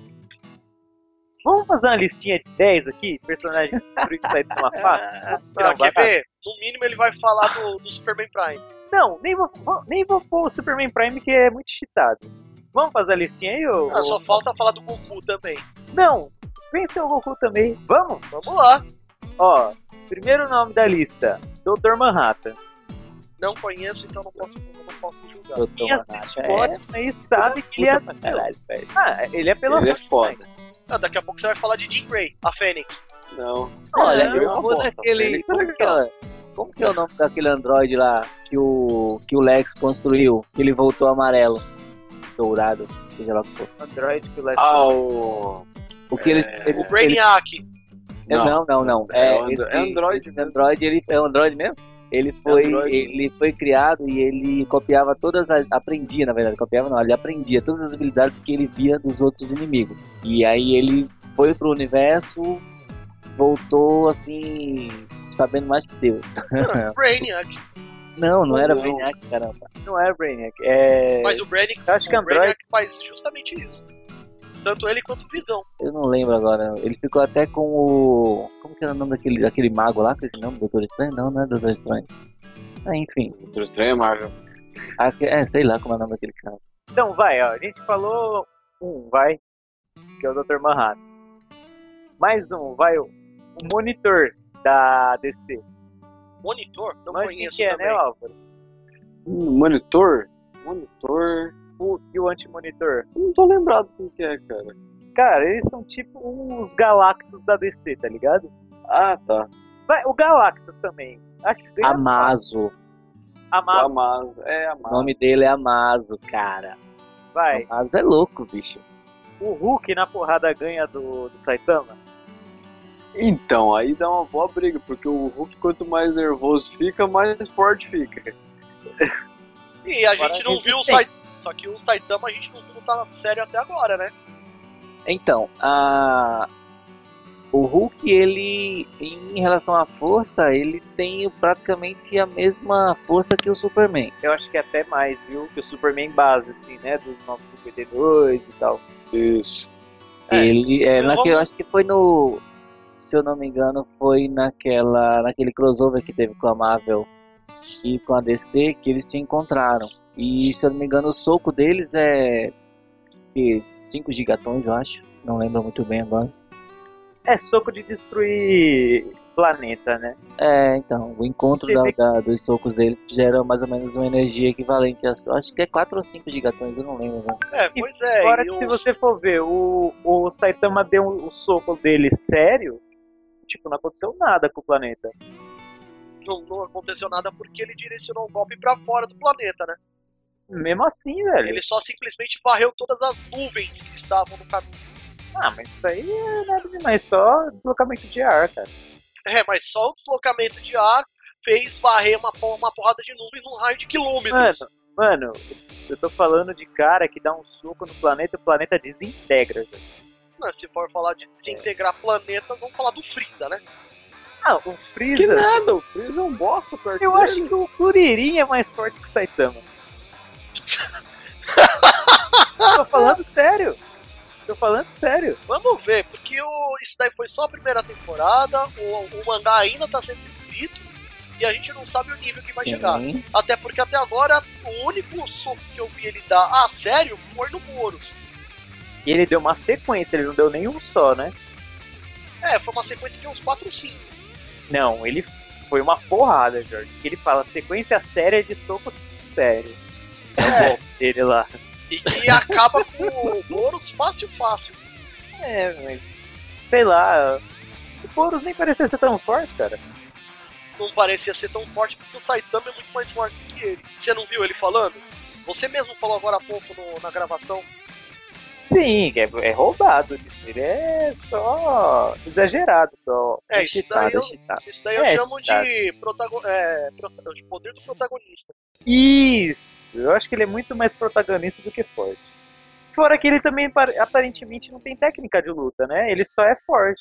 Speaker 5: Vamos fazer uma listinha de 10 aqui? Personagens que destruem o Saitama fácil?
Speaker 1: Não, quer
Speaker 5: batata.
Speaker 1: ver? No mínimo ele vai falar do, do Superman Prime.
Speaker 5: Não, nem vou, vou- nem vou pôr o Superman Prime que é muito cheatado. Vamos fazer a listinha aí, ô?
Speaker 1: Ah, só
Speaker 5: ô-
Speaker 1: falta falar do Goku também.
Speaker 5: Não! Vem o Goku também. Vamos?
Speaker 1: Vamos lá.
Speaker 5: Ó, primeiro nome da lista: Dr. Manhattan.
Speaker 1: Não conheço, então não posso, não posso julgar.
Speaker 3: Dr.
Speaker 5: Quem assiste
Speaker 3: Manhattan, é.
Speaker 5: Watchmen aí sabe que ele é.
Speaker 3: Puta pra caralho, velho.
Speaker 5: Ah, ele é pela.
Speaker 2: Ele é foda.
Speaker 1: Ah, daqui a pouco você vai falar de Jean Grey, a Fênix.
Speaker 2: Não.
Speaker 3: Olha,
Speaker 5: Não,
Speaker 3: eu vou
Speaker 2: bota.
Speaker 3: naquele.
Speaker 2: Ele que é
Speaker 3: Como que, é, como que é o nome daquele androide lá que o, que o Lex construiu? Que ele voltou amarelo, dourado, seja lá o que for.
Speaker 5: Android que o Lex
Speaker 2: Ah, o.
Speaker 3: O que eles.
Speaker 2: É,
Speaker 3: eles-
Speaker 1: O Brainiac.
Speaker 3: eles- não, não, não. É,
Speaker 2: É o Andro-
Speaker 3: esse,
Speaker 2: é Android
Speaker 3: Esse Android, ele, é um Android mesmo? Ele
Speaker 2: um
Speaker 3: foi,
Speaker 2: Android.
Speaker 3: ele foi criado e ele copiava todas as. Aprendia, na verdade, copiava não, ele aprendia todas as habilidades que ele via dos outros inimigos. E aí ele foi pro universo, voltou assim, sabendo mais que Deus.
Speaker 5: É.
Speaker 1: Mano, Brainiac.
Speaker 3: Não, não era
Speaker 2: Não.
Speaker 3: Brainiac, caramba.
Speaker 5: não é Brainiac. É.
Speaker 1: Mas o Brainiac,
Speaker 5: Eu acho que
Speaker 1: o
Speaker 5: Android.
Speaker 1: Brainiac faz justamente isso. Tanto ele quanto o Visão.
Speaker 3: Eu não lembro agora. Ele ficou até com o. Como que era o nome daquele, daquele mago lá? Com esse nome? Doutor Estranho? Não, não é Doutor Estranho. Ah, enfim.
Speaker 2: Doutor Estranho é Marvel.
Speaker 3: Aque- É, sei lá como é o nome daquele cara.
Speaker 5: Então vai, ó. A gente falou um, vai. Que é o Dr. Manhattan. Mais um, vai. O o monitor da DC.
Speaker 1: Monitor? Não
Speaker 5: Mas quem
Speaker 1: conheço
Speaker 5: que é,
Speaker 1: também.
Speaker 5: né, Álvaro?
Speaker 2: Hum, monitor? Monitor.
Speaker 5: O, e o anti-monitor.
Speaker 2: Não tô lembrado quem que é, cara.
Speaker 5: Cara, eles são tipo uns Galactus da DC, tá ligado?
Speaker 2: Ah, tá.
Speaker 5: Vai, o Galactus também. Acho que ganha-
Speaker 3: Amazo.
Speaker 2: O
Speaker 5: Amado,
Speaker 2: Amazo. É,
Speaker 3: O
Speaker 2: Amazo.
Speaker 3: nome dele é Amazo, cara.
Speaker 5: vai.
Speaker 3: Amazo é louco, bicho.
Speaker 5: O Hulk na porrada ganha do, do Saitama.
Speaker 2: Então, aí dá uma boa briga, porque o Hulk, quanto mais nervoso fica, mais forte fica.
Speaker 1: E a
Speaker 5: Agora
Speaker 1: gente não
Speaker 5: ele
Speaker 1: viu o
Speaker 5: tem.
Speaker 1: Saitama. Só que o Saitama a gente não, não tá sério até agora, né?
Speaker 3: Então, a. O Hulk, ele, em relação à força, ele tem praticamente a mesma força que o Superman.
Speaker 5: Eu acho que é até mais, viu? Que o Superman base, assim, né? Dos 952 e tal.
Speaker 2: Isso.
Speaker 1: É,
Speaker 3: ele é
Speaker 1: eu
Speaker 3: naquele,
Speaker 1: vou-
Speaker 3: eu acho que foi no, se eu não me engano, foi naquela, naquele crossover que teve com a Marvel e com a DC que eles se encontraram. E se eu não me engano, o soco deles é que 5 gigatons, eu acho. Não lembro muito bem agora.
Speaker 5: É soco de destruir planeta, né?
Speaker 3: É, então, o encontro
Speaker 5: Você
Speaker 3: da-
Speaker 5: vê
Speaker 3: da- dos socos deles gera mais ou menos uma energia equivalente a, acho que é 4 ou 5 gigatons, eu não lembro. agora.
Speaker 1: É,
Speaker 5: E
Speaker 1: pois é.
Speaker 5: Agora,
Speaker 1: e
Speaker 5: se
Speaker 1: o-
Speaker 5: você for ver, o, o Saitama deu o soco dele sério, tipo, não aconteceu nada com o planeta.
Speaker 1: não, não aconteceu nada porque ele direcionou o golpe pra fora do planeta, né?
Speaker 5: Mesmo assim, velho.
Speaker 1: Ele só simplesmente varreu todas as nuvens que estavam no caminho.
Speaker 5: Ah, mas isso aí é nada demais, só deslocamento de ar, cara.
Speaker 1: É, mas só o deslocamento de ar fez varrer uma, por- uma porrada de nuvens num raio de
Speaker 5: Mano,
Speaker 1: quilômetros.
Speaker 5: mano, eu tô falando de cara que dá um soco no planeta, o planeta desintegra, velho.
Speaker 1: Não, Né, se for falar de desintegrar planetas, vamos falar do Freeza, né?
Speaker 5: Ah, o
Speaker 2: Que
Speaker 5: Freeza.
Speaker 2: nada, o Freeza é um bosta perto
Speaker 5: Eu acho que o Kuririn é mais forte que o Saitama. Tô falando sério. Tô falando sério.
Speaker 1: Vamos ver, porque o, isso daí foi só a primeira temporada, o, o mangá ainda tá sendo escrito e a gente não sabe o nível que vai chegar.
Speaker 3: Sim.
Speaker 1: Até porque até agora o único soco que eu vi ele dar a sério foi no Boros.
Speaker 5: E ele deu uma sequência, ele não deu nenhum só, né?
Speaker 1: É, foi uma sequência de uns 4 ou 5.
Speaker 5: Não, ele foi uma porrada, Jorge. Ele fala sequência séria de soco sério. É o golpe dele lá.
Speaker 1: E que acaba com o Boros fácil, fácil.
Speaker 5: É, mas. Sei lá. O Boros nem parecia ser tão forte, cara.
Speaker 1: Não parecia ser tão forte porque o Saitama é muito mais forte que ele. Você não viu ele falando? Você mesmo falou agora há pouco no- na gravação.
Speaker 5: Sim, é, é roubado. Ele é só exagerado. Só
Speaker 1: É, isso daí
Speaker 5: excitado,
Speaker 1: eu-
Speaker 5: excitado.
Speaker 1: Isso daí eu
Speaker 5: É,
Speaker 1: chamo de, protago é, prota- de poder do protagonista.
Speaker 5: Isso! Eu acho que ele é muito mais protagonista do que forte. Fora que ele também par- aparentemente não tem técnica de luta, né? Ele só é forte.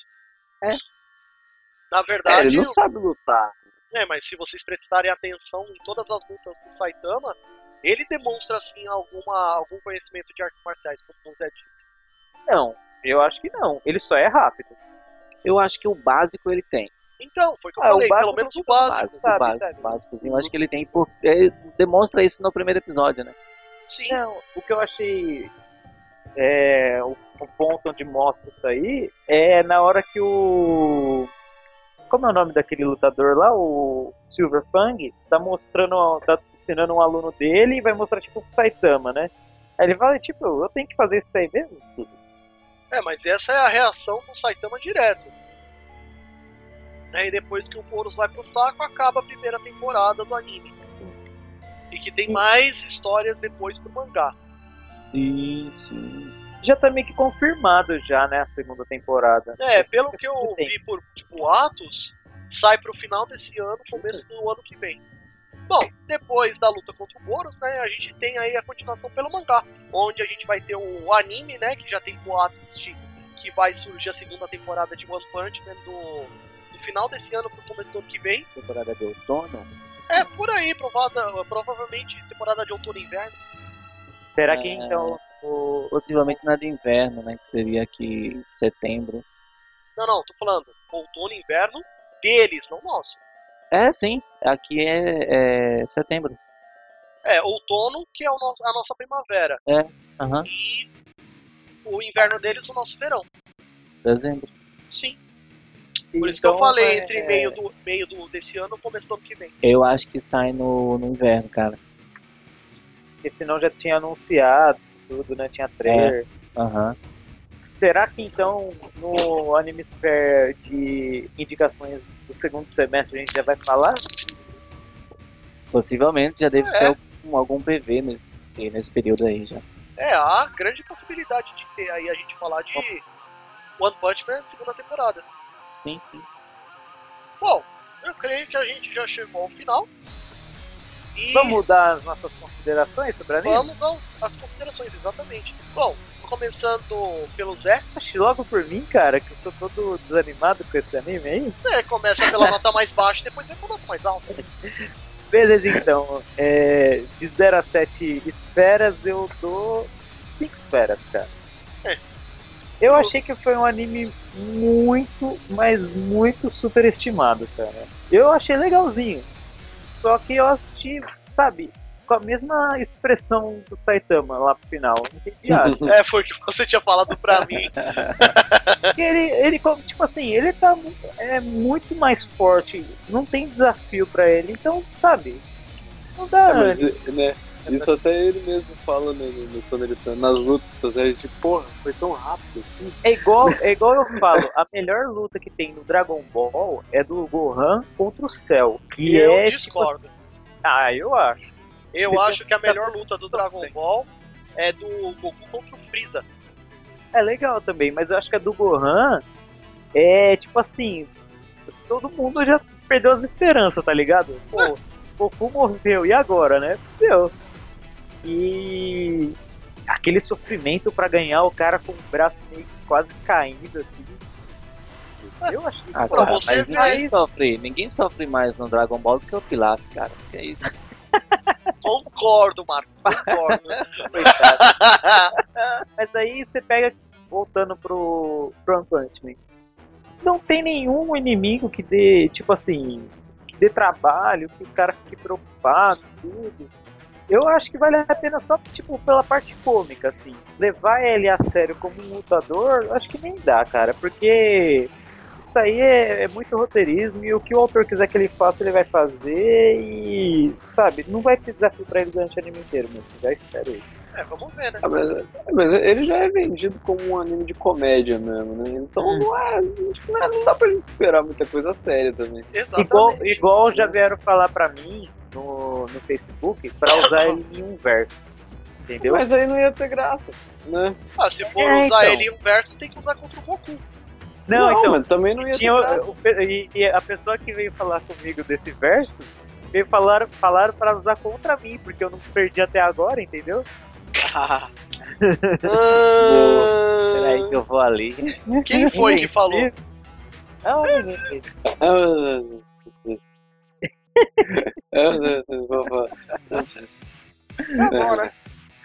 Speaker 1: Na
Speaker 2: É,
Speaker 1: verdade,
Speaker 2: ele não sabe lutar.
Speaker 1: É, mas se vocês prestarem atenção em todas as lutas do Saitama, ele demonstra assim alguma, algum conhecimento de artes marciais, como o Zé disse.
Speaker 5: Não, eu acho que não. Ele só é rápido.
Speaker 3: Eu acho que o básico ele tem.
Speaker 1: Então, foi o que eu
Speaker 5: Ah, o
Speaker 1: falei, pelo
Speaker 5: básico
Speaker 1: menos o
Speaker 3: básico,
Speaker 1: básico.
Speaker 5: sabe,
Speaker 3: básico,
Speaker 5: sabe?
Speaker 3: básicozinho. Eu acho que ele tem por... é, demonstra isso no primeiro episódio, né?
Speaker 1: Sim,
Speaker 5: Não, o que eu achei. é, o, o ponto onde mostra isso aí é na hora que o. Como é o nome daquele lutador lá? O Silver Fang tá mostrando. tá ensinando um aluno dele e vai mostrar tipo o Saitama, né? Aí ele fala, tipo, eu tenho que fazer isso aí mesmo?
Speaker 1: é, mas essa é a reação do Saitama direto. né? E depois que o Boros vai pro saco, acaba a primeira temporada do anime.
Speaker 3: Sim.
Speaker 1: E que tem mais histórias depois pro mangá.
Speaker 3: Sim, sim.
Speaker 5: Já tá meio que confirmado já, né, a segunda temporada.
Speaker 1: É, pelo que eu vi por tipo, atos, sai pro final desse ano, começo do ano que vem. Bom, depois da luta contra o Boros, né, a gente tem aí a continuação pelo mangá, onde a gente vai ter o anime, né, que já tem boatos de que vai surgir a segunda temporada de One Punch Man do, do final desse ano pro começo do ano que vem.
Speaker 3: Temporada de outono?
Speaker 1: É, por aí, provada, provavelmente temporada de outono e inverno.
Speaker 5: Será que
Speaker 3: É.
Speaker 5: então o.
Speaker 3: Possivelmente na de inverno, né? Que seria aqui setembro.
Speaker 1: Não, não, tô falando outono e inverno deles, não nosso.
Speaker 3: É, sim. Aqui é, é setembro.
Speaker 1: É, outono, que é o nosso- a nossa primavera.
Speaker 3: Aham,
Speaker 1: E o inverno deles, o nosso verão.
Speaker 3: dezembro.
Speaker 1: Sim. Por isso que
Speaker 5: então,
Speaker 1: eu falei,
Speaker 5: é-
Speaker 1: entre meio, do, meio do, desse ano e começo do ano que vem.
Speaker 3: Eu acho que sai no, no inverno, cara.
Speaker 5: Porque senão já tinha anunciado tudo, né? Tinha trailer.
Speaker 3: Aham.
Speaker 5: Será que então no Anime Fair de indicações do segundo semestre a gente já vai falar?
Speaker 3: Possivelmente já deve
Speaker 1: É.
Speaker 3: ter algum, algum PV nesse, sim, nesse período aí já.
Speaker 1: É, há grande possibilidade de ter aí a gente falar de One Punch Man segunda temporada.
Speaker 3: Sim, sim.
Speaker 1: Bom, eu creio que a gente já chegou ao final. E
Speaker 5: Vamos dar as nossas considerações sobre o anime?
Speaker 1: vamos ao- às considerações, exatamente. Bom, começando pelo Zé,
Speaker 5: Oxe, logo por mim, cara, que eu tô todo desanimado com esse anime aí.
Speaker 1: né, começa pela nota mais baixa e depois vai pra nota mais alta.
Speaker 5: Beleza, então. É, de 0 a 7 esferas, eu dou 5 esferas, cara.
Speaker 1: É.
Speaker 5: Eu achei que foi um anime muito, mas muito superestimado, cara. Eu achei legalzinho. Só que eu assisti, sabe, com a mesma expressão do Saitama lá pro final. Não entendi nada.
Speaker 1: É, foi o que você tinha falado pra mim.
Speaker 5: Porque ele, ele, como, tipo assim, ele tá mu- é, muito mais forte, não tem desafio pra ele, então, sabe, não dá.
Speaker 2: É, mas, né, isso até ele mesmo fala né, no- no- quando ele tá nas lutas, né, tipo, porra, foi tão rápido assim.
Speaker 5: É igual, é igual eu falo, a melhor luta que tem no Dragon Ball é do Gohan contra o Cell.
Speaker 1: E
Speaker 5: Que
Speaker 1: eu
Speaker 5: é.
Speaker 1: discordo.
Speaker 5: Ah, eu acho.
Speaker 1: Eu
Speaker 5: Depois
Speaker 1: acho que a melhor luta do Dragon Ball é do Goku contra o Freeza.
Speaker 5: É legal também, mas eu acho que a do Gohan é tipo assim. Todo mundo já perdeu as esperanças, tá ligado?
Speaker 1: Ah.
Speaker 5: Pô, Goku morreu, e agora, né? Deu. E aquele sofrimento pra ganhar o cara com o braço meio que quase caindo, assim. Eu achei
Speaker 3: Ah,
Speaker 5: pô,
Speaker 1: Pra
Speaker 3: cara,
Speaker 1: você
Speaker 3: mas
Speaker 1: ver
Speaker 3: ninguém
Speaker 1: isso.
Speaker 3: sofre, ninguém sofre mais no Dragon Ball do que o Pilaf, cara. Que é isso?
Speaker 1: Concordo, Marcos, concordo.
Speaker 5: coitado. Mas aí você pega, voltando pro One Punch Man, não tem nenhum inimigo que dê, tipo assim, que dê trabalho, que o cara fique preocupado, tudo. Eu acho que vale a pena só, tipo, pela parte cômica, assim. Levar ele a sério como um lutador, eu acho que nem dá, cara, porque isso aí é, é muito roteirismo e o que o autor quiser que ele faça, ele vai fazer e, sabe, não vai ter desafio pra ele durante o anime inteiro, mano. Já espero isso.
Speaker 1: é, vamos ver, né?
Speaker 2: Ah, mas, é, mas ele já é vendido como um anime de comédia mesmo, né? Então não, é, não é- não dá pra gente esperar muita coisa séria também.
Speaker 1: Exatamente.
Speaker 5: Igual, igual já vieram falar pra mim no, no Facebook pra usar ele em um verso. Entendeu?
Speaker 2: Mas aí não ia ter graça, né?
Speaker 1: Ah, se for
Speaker 5: É,
Speaker 1: usar
Speaker 5: então.
Speaker 1: ele em um versus, tem que usar contra o Goku.
Speaker 5: não, então.
Speaker 2: mas também não ia
Speaker 5: Tinha,
Speaker 2: ter graça.
Speaker 5: o- o- e, e a pessoa que veio falar comigo desse verso veio falar, falaram pra usar contra mim, porque eu não perdi até agora, entendeu?
Speaker 3: Peraí que eu vou ali.
Speaker 1: Ah, Quem foi que falou?
Speaker 5: Ah, menino,
Speaker 2: É,
Speaker 1: Agora, né?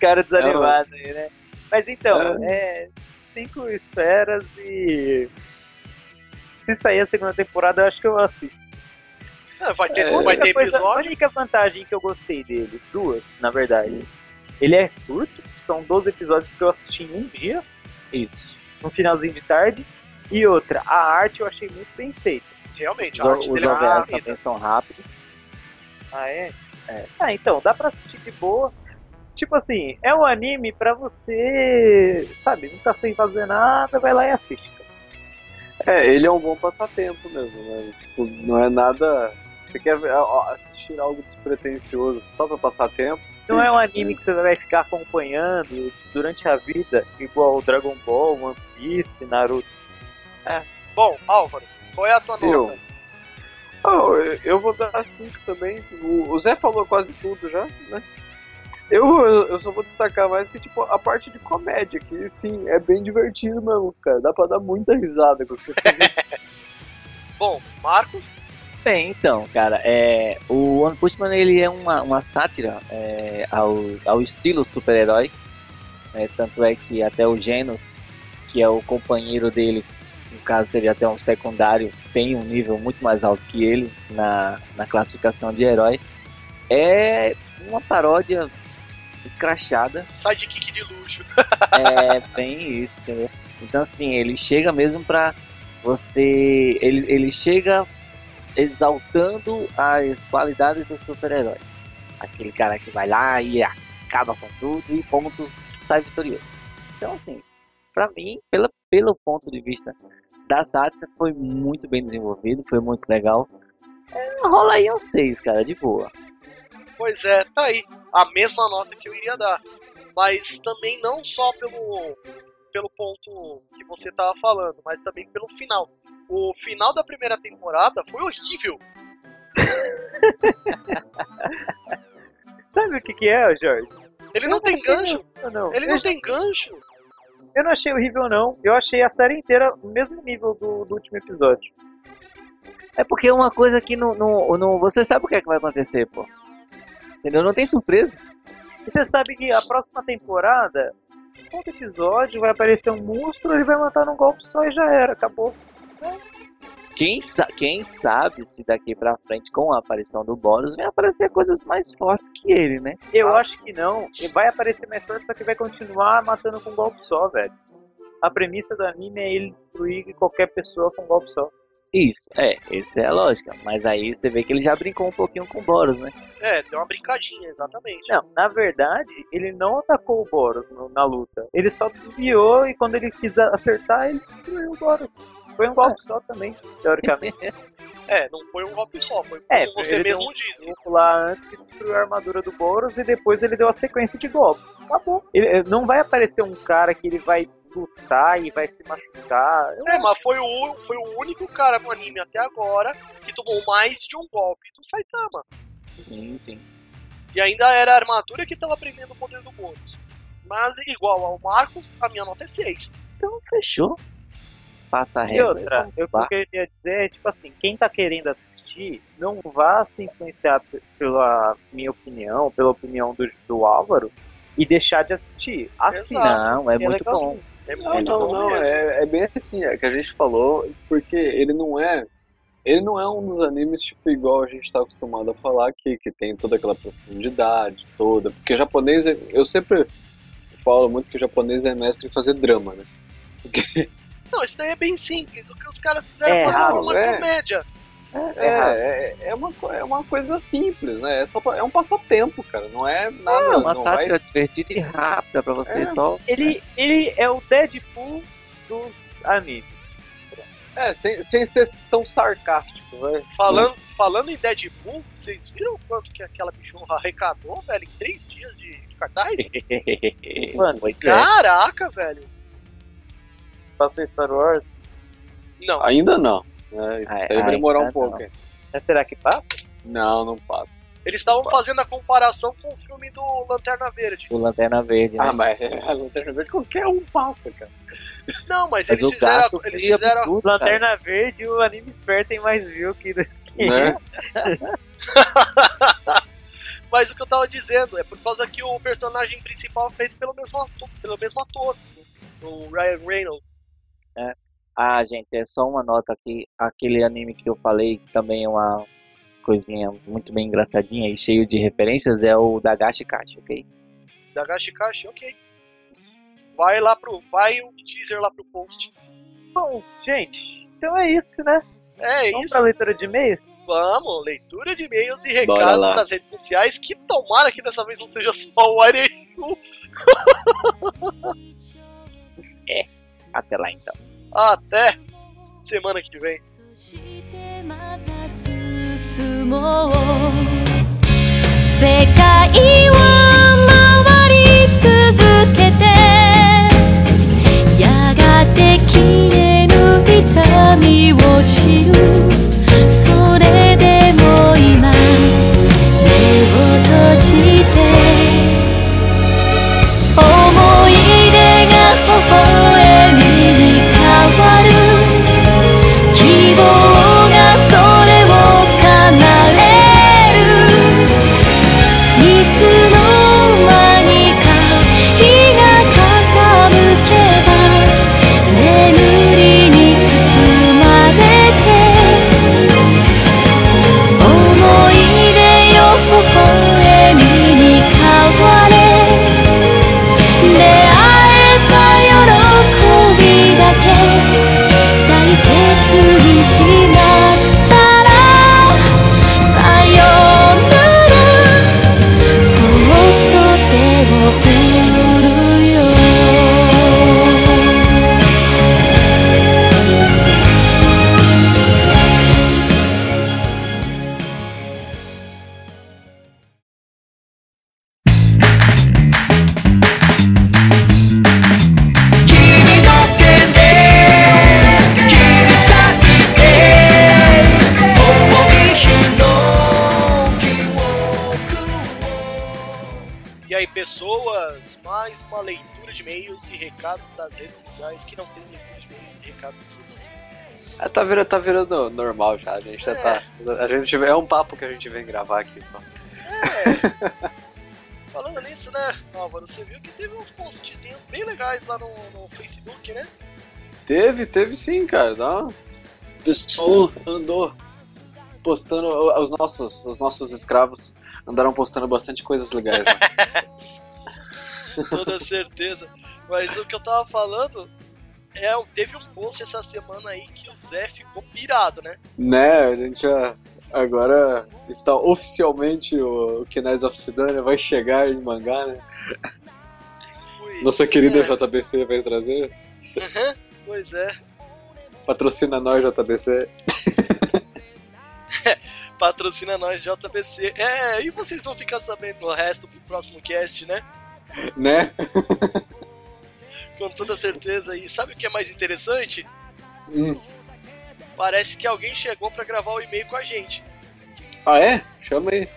Speaker 5: cara desanimado aí, né? Mas então,
Speaker 2: Ah.
Speaker 5: é. Cinco esferas e. Se sair a segunda temporada, eu acho que eu assisto.
Speaker 1: Ah, Vai ter,
Speaker 2: É.
Speaker 1: vai ter
Speaker 5: única coisa-
Speaker 1: episódio.
Speaker 5: A única vantagem que eu gostei dele, duas, na verdade. Ele é curto, são 12 episódios que eu assisti em um dia,
Speaker 3: Isso.
Speaker 5: no finalzinho de tarde. E outra, a arte eu achei muito bem feita.
Speaker 1: Realmente, a
Speaker 3: Os,
Speaker 1: arte
Speaker 3: os
Speaker 1: dele é
Speaker 3: OVAs
Speaker 1: bonita.
Speaker 3: também são rápidos.
Speaker 5: Ah, é? Ah, então, dá pra assistir de boa. Tipo assim, é um anime pra você, sabe, não tá sem fazer nada, vai lá e assiste. cara.
Speaker 2: É, ele é um bom passatempo mesmo, né? Tipo, não é nada. Você quer ver- ó, assistir algo despretensioso só pra passar tempo?
Speaker 5: Não é um anime que você vai ficar acompanhando durante a vida, igual Dragon Ball, One Piece, Naruto.
Speaker 1: Bom, Álvaro, qual é a tua
Speaker 2: Eu.
Speaker 1: nota?
Speaker 2: Oh, eu- eu vou dar 5 também. O, o Zé falou quase tudo já, né? Eu, eu- eu só vou destacar mais que, tipo, a parte de comédia, que sim, é bem divertido mesmo, cara. Dá pra dar muita risada com isso.
Speaker 1: Bom, Marcos,
Speaker 3: Bem, então, cara, é, o One Punch Man ele é uma, uma sátira é, ao, ao estilo super-herói. né? tanto é que até o Genos, que é o companheiro dele, no caso seria até um secundário, tem um nível muito mais alto que ele na, na classificação de herói. É uma paródia escrachada
Speaker 1: sidekick de luxo.
Speaker 3: é bem isso, entendeu? Então, assim, ele chega mesmo pra você. Ele, ele chega exaltando as qualidades do super-herói. Aquele cara que vai lá e acaba com tudo e ponto sai vitorioso. Então, assim, pra mim, pela, pelo ponto de vista da sátira, foi muito bem desenvolvido, foi muito legal. É, rola aí aos seis, cara, de boa.
Speaker 1: Pois é, tá aí. A mesma nota que eu iria dar. Mas também não só pelo, pelo ponto que você tava falando, mas também pelo final. O final da primeira temporada foi horrível.
Speaker 5: Sabe o que que é, Jorge?
Speaker 1: Ele não tem gancho.
Speaker 5: Não, não.
Speaker 1: Ele
Speaker 5: eu,
Speaker 1: não tem gancho.
Speaker 5: eu não achei horrível, não. Eu achei a série inteira o mesmo nível do, do último episódio.
Speaker 3: É porque é uma coisa que não, não, não. Você sabe o que é que vai acontecer, pô. Entendeu? Não tem surpresa.
Speaker 5: E você sabe que a próxima temporada, todo episódio vai aparecer um monstro, ele vai matar num golpe só e já era, acabou.
Speaker 3: Quem, sa- quem sabe se daqui pra frente, com a aparição do Boros, vem aparecer coisas mais fortes que ele, né?
Speaker 5: Eu
Speaker 1: Nossa.
Speaker 5: acho que não. E Vai aparecer mais forte, só que vai continuar matando com um golpe só, velho. A premissa do anime é ele destruir qualquer pessoa com um golpe só.
Speaker 3: Isso, é, essa é a lógica. Mas aí você vê que ele já brincou um pouquinho com o Boros, né?
Speaker 1: É, deu uma brincadinha, exatamente.
Speaker 5: Não, na verdade, ele não atacou o Boros no- na luta. Ele só desviou e quando ele quis a- acertar, ele destruiu o Boros. Foi um golpe só também, teoricamente.
Speaker 1: É, não foi um golpe só, foi como
Speaker 5: É,
Speaker 1: você
Speaker 5: ele
Speaker 1: mesmo
Speaker 5: deu
Speaker 1: disse.
Speaker 5: Ele lá antes e destruiu a armadura do Boros e depois ele deu a sequência de golpes. Acabou. Ele, eh, não vai aparecer um cara que ele vai lutar e vai se machucar. Eu
Speaker 1: É, mas foi o, ú- foi o único cara no anime até agora que tomou mais de um golpe do Saitama.
Speaker 3: Sim, sim.
Speaker 1: E ainda era a armadura que tava prendendo o poder do Boros. Mas igual ao Marcos, a minha nota é 6.
Speaker 3: Então fechou. Passa a
Speaker 5: E
Speaker 3: régua.
Speaker 5: outra,
Speaker 3: É,
Speaker 5: eu,
Speaker 3: então, vá.
Speaker 5: o que eu queria dizer é, tipo assim, quem tá querendo assistir, não vá se influenciar p- pela minha opinião, pela opinião do, do Álvaro, e deixar de assistir. Assim,
Speaker 1: Exato.
Speaker 3: Não, é
Speaker 5: é
Speaker 3: muito bom.
Speaker 5: legalzinho.
Speaker 1: É
Speaker 2: Não,
Speaker 1: muito
Speaker 2: não,
Speaker 1: bom
Speaker 2: não.
Speaker 1: mesmo.
Speaker 2: É, é bem assim, é que a gente falou, porque ele não é. Ele não é um dos animes, tipo, igual a gente tá acostumado a falar aqui, que tem toda aquela profundidade toda. Porque japonês, é- eu sempre falo muito que o japonês é mestre em fazer drama, né?
Speaker 1: Não, isso daí é bem simples. O que os caras quiseram
Speaker 5: É,
Speaker 1: fazer foi uma
Speaker 2: é.
Speaker 1: comédia.
Speaker 2: É, é, é, uma, co- é uma coisa simples, né? É, só, pra- é um passatempo, cara. Não é nada.
Speaker 3: É uma
Speaker 2: não vai-
Speaker 3: sátira divertida e rápida pra você
Speaker 2: É.
Speaker 3: só.
Speaker 5: Ele, ele é o Deadpool dos animes.
Speaker 2: É, sem, sem ser tão sarcástico, né?
Speaker 1: Falando, falando em Deadpool, vocês viram quanto que aquela bichorra arrecadou, velho, em três dias de, de cartaz?
Speaker 5: Mano,
Speaker 3: Pois é.
Speaker 1: Caraca, velho.
Speaker 5: Passou Star Wars.
Speaker 1: Não,
Speaker 2: Ainda não. né? Isso
Speaker 3: Ai,
Speaker 2: aí vai demorar um
Speaker 3: ainda
Speaker 2: pouco.
Speaker 3: não.
Speaker 2: hein?
Speaker 5: Mas será que passa?
Speaker 2: Não, não passa.
Speaker 1: eles estavam fazendo a comparação com o filme do Lanterna Verde.
Speaker 3: O Lanterna Verde, né?
Speaker 2: Ah, mas a Lanterna Verde qualquer um passa, cara.
Speaker 1: Não, mas,
Speaker 3: Mas
Speaker 1: eles
Speaker 3: o
Speaker 1: fizeram,
Speaker 3: gasto
Speaker 1: eles
Speaker 3: foi
Speaker 1: fizeram
Speaker 3: absurdo, cara.
Speaker 5: Lanterna Verde, o anime esperto tem mais view que... que-
Speaker 2: Né?
Speaker 1: Mas o que eu tava dizendo é por causa que o personagem principal é feito pelo mesmo ator, pelo mesmo ator o Ryan Reynolds.
Speaker 3: Ah, gente, é só uma nota aqui. Aquele anime que eu falei, que também é uma coisinha muito bem engraçadinha e cheio de referências, é o da Gashi Kashi, ok?
Speaker 1: Da Gashikashi, ok. Vai lá pro. Vai o teaser lá pro post.
Speaker 5: Bom, gente, então é isso, né?
Speaker 1: É
Speaker 5: Vamos
Speaker 1: isso.
Speaker 5: pra leitura de e-mails?
Speaker 1: Vamos, leitura de e-mails e
Speaker 2: Bora
Speaker 1: recados
Speaker 2: lá.
Speaker 1: nas redes sociais. Que tomara que dessa vez não seja só o Arei.
Speaker 3: Até lá então.
Speaker 1: Até! semana que vem.
Speaker 6: そしてまた進もう世界を回り続けてやがて消えぬ痛みを知るそれでも今目を閉じて思い出が微笑みに変わる希望がそれを叶えるいつの間にか日が傾けば眠りに包まれて思い出よ微笑みに変われ出会えた喜びだけ大切にしまったらさよならそっと手を振るよ
Speaker 4: 君の手で切り裂いて共に広くを
Speaker 1: E aí, pessoas, mais uma leitura de e-mails e recados das redes sociais. Que não tem leitura de e-mails e recados das redes sociais.
Speaker 2: Ah, tá, virando, tá virando normal já, a gente já tá. A gente, é um papo que a gente vem gravar aqui só.
Speaker 1: Falando nisso, né, Álvaro, você viu que teve uns postzinhos bem legais lá no, no Facebook, né?
Speaker 2: Teve, teve sim, cara. Dá uma- O pessoal andou postando o- os nossos, os nossos escravos andaram postando bastante coisas legais. né? lá.
Speaker 1: Toda certeza. Mas o que eu tava falando é, teve um post essa semana aí que o Zé ficou pirado, né?
Speaker 2: né, a gente já- agora está oficialmente o, o Kinais of Sidonia vai chegar em mangá, né?
Speaker 1: Pois
Speaker 2: Nossa querida
Speaker 1: é,
Speaker 2: JBC vai trazer.
Speaker 1: Pois é.
Speaker 2: Patrocina nós, JBC.
Speaker 1: Patrocina nós, JBC. É, e vocês vão ficar sabendo o resto pro próximo cast, né?
Speaker 2: Né?
Speaker 1: Com toda certeza. E sabe o que é mais interessante?
Speaker 2: Hum.
Speaker 1: Parece que alguém chegou pra gravar o e-mail com a gente.
Speaker 2: Ah, é? Chama aí.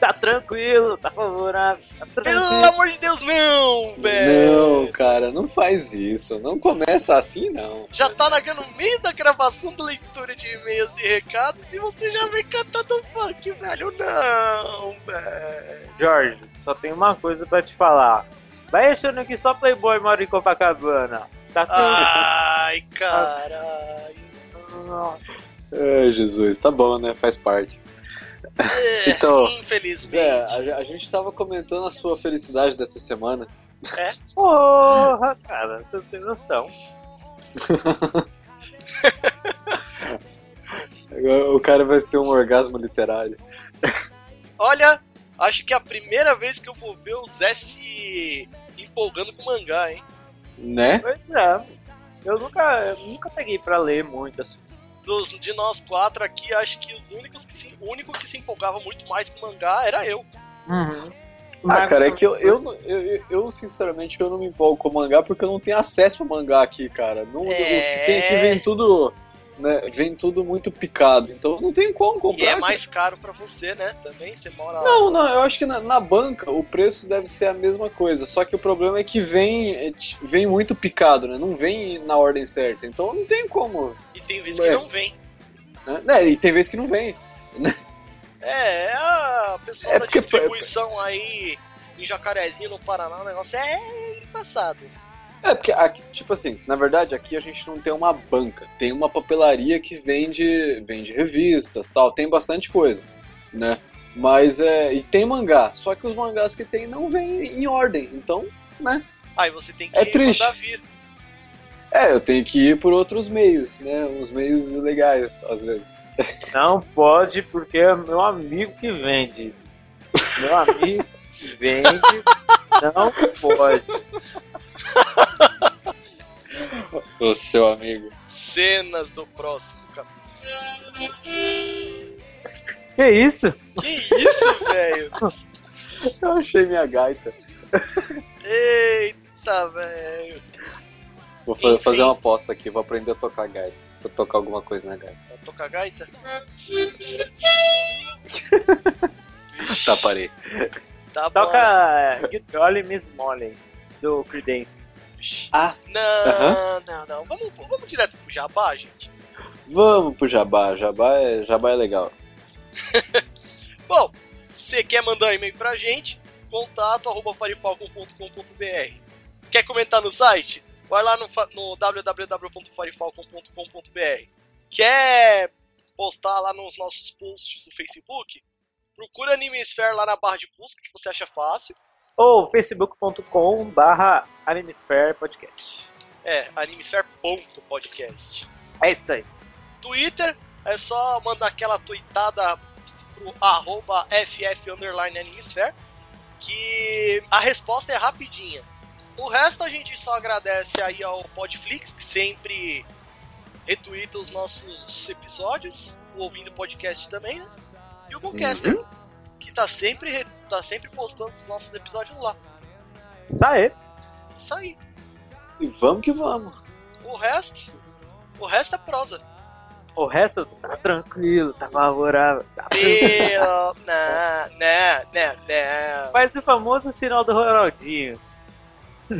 Speaker 5: Tá tranquilo, tá favorável. Tá
Speaker 1: Pelo
Speaker 5: tranquilo.
Speaker 1: amor de Deus, não,
Speaker 2: Não,
Speaker 1: velho!
Speaker 2: cara, não faz isso. Não começa assim, não.
Speaker 1: Já tá na, no meio da gravação da leitura de e-mails e recados e você já vem cantando funk, velho. Não, velho.
Speaker 5: Jorge, só tem uma coisa pra te falar. Vai achando que só Playboy mora em Copacabana. Tá
Speaker 2: Ah.
Speaker 5: tranquilo.
Speaker 1: Ai, caralho.
Speaker 2: Ai, Jesus, tá bom, né? Faz parte.
Speaker 1: É,
Speaker 2: Então, Zé,
Speaker 1: infelizmente.
Speaker 2: a, a gente tava comentando a sua felicidade dessa semana.
Speaker 5: Porra, cara, você não tem noção.
Speaker 2: Agora O cara vai ter um orgasmo literário.
Speaker 1: Olha, acho que é a primeira vez que eu vou ver o Zé se empolgando com mangá, hein?
Speaker 2: Né?
Speaker 5: Pois é. Eu nunca, eu nunca peguei pra ler muito. assim.
Speaker 1: Dos, de nós quatro aqui, acho que os únicos que se, o único que se empolgava muito mais com mangá era eu.
Speaker 2: Ah,
Speaker 5: Uhum. Mas-
Speaker 2: cara, é que eu, eu, não- eu, eu- eu, sinceramente eu não me empolgo com mangá porque eu não tenho acesso ao mangá aqui, cara. Não,
Speaker 1: É.
Speaker 2: Os que tem aqui vem tudo. Né, vem tudo muito picado. Então não tem como comprar.
Speaker 1: E é
Speaker 2: cara.
Speaker 1: mais caro pra você, né? Também você mora lá.
Speaker 2: Não, não, eu acho que na, na banca o preço deve ser a mesma coisa. Só que o problema é que vem, é, ti- vem muito picado, né? Não vem na ordem certa. Então não tem como.
Speaker 1: E tem vezes que
Speaker 2: É.
Speaker 1: não vem.
Speaker 2: Né? Né, E tem vezes que não vem.
Speaker 1: É, é a pessoa
Speaker 2: É
Speaker 1: da
Speaker 2: porque-
Speaker 1: distribuição aí em Jacarezinho, no Paraná, o negócio é embaçado.
Speaker 2: É, porque aqui, tipo assim, na verdade aqui a gente não tem uma banca, tem uma papelaria que vende, vende revistas, tal, tem bastante coisa, né? Mas é, e tem mangá, só que os mangás que tem não vêm em ordem. Então,
Speaker 1: Aí você tem que
Speaker 2: É triste.
Speaker 1: mandar vir.
Speaker 2: é, eu tenho que ir por outros meios, né? Uns meios legais, às vezes.
Speaker 5: Não pode, porque é meu amigo que vende. Meu amigo que vende. Não pode.
Speaker 2: o seu amigo.
Speaker 1: Cenas do próximo capítulo.
Speaker 5: Que isso?
Speaker 1: Que isso, velho?
Speaker 2: Eu achei minha gaita.
Speaker 1: Eita, velho.
Speaker 2: Vou fa-
Speaker 1: Enfim.
Speaker 2: fazer uma aposta aqui, vou aprender a tocar gaita. Vou tocar alguma coisa na gaita.
Speaker 1: Vai tocar gaita?
Speaker 2: Tá, parei.
Speaker 1: Tá bom.
Speaker 5: Toca You Jolly Miss Molly, do Creedence.
Speaker 2: Ah.
Speaker 1: Não, não, não. Vamos, vamos direto pro jabá, gente.
Speaker 2: Vamos pro Jabá. Jabá é, jabá é legal.
Speaker 1: Bom, você quer mandar um e-mail pra gente? Contato arroba farifalcon.com.br Quer comentar no site? Vai lá no, fa- no www.farifalcon.com.br Quer postar lá nos nossos posts do Facebook? Procura Animesphere lá na barra de busca, que você acha fácil.
Speaker 5: Ou facebook.com barra Animesphere Podcast.
Speaker 1: É, animesphere.podcast.
Speaker 5: É isso aí.
Speaker 1: Twitter, é só mandar aquela tweetada pro arroba FF underline Animesphere, que a resposta é rapidinha. O resto a gente só agradece aí ao Podflix, que sempre retuita os nossos episódios, o ouvindo podcast também, né? E o Goncaster, que tá sempre, re- tá sempre postando os nossos episódios lá.
Speaker 5: Isso aí.
Speaker 1: Isso aí.
Speaker 2: E vamos que vamos.
Speaker 1: O resto, o resto é prosa.
Speaker 5: O resto tá tranquilo, tá favorável. Tá
Speaker 1: Eu, não, não, não, não.
Speaker 5: Faz o famoso sinal do Ronaldinho.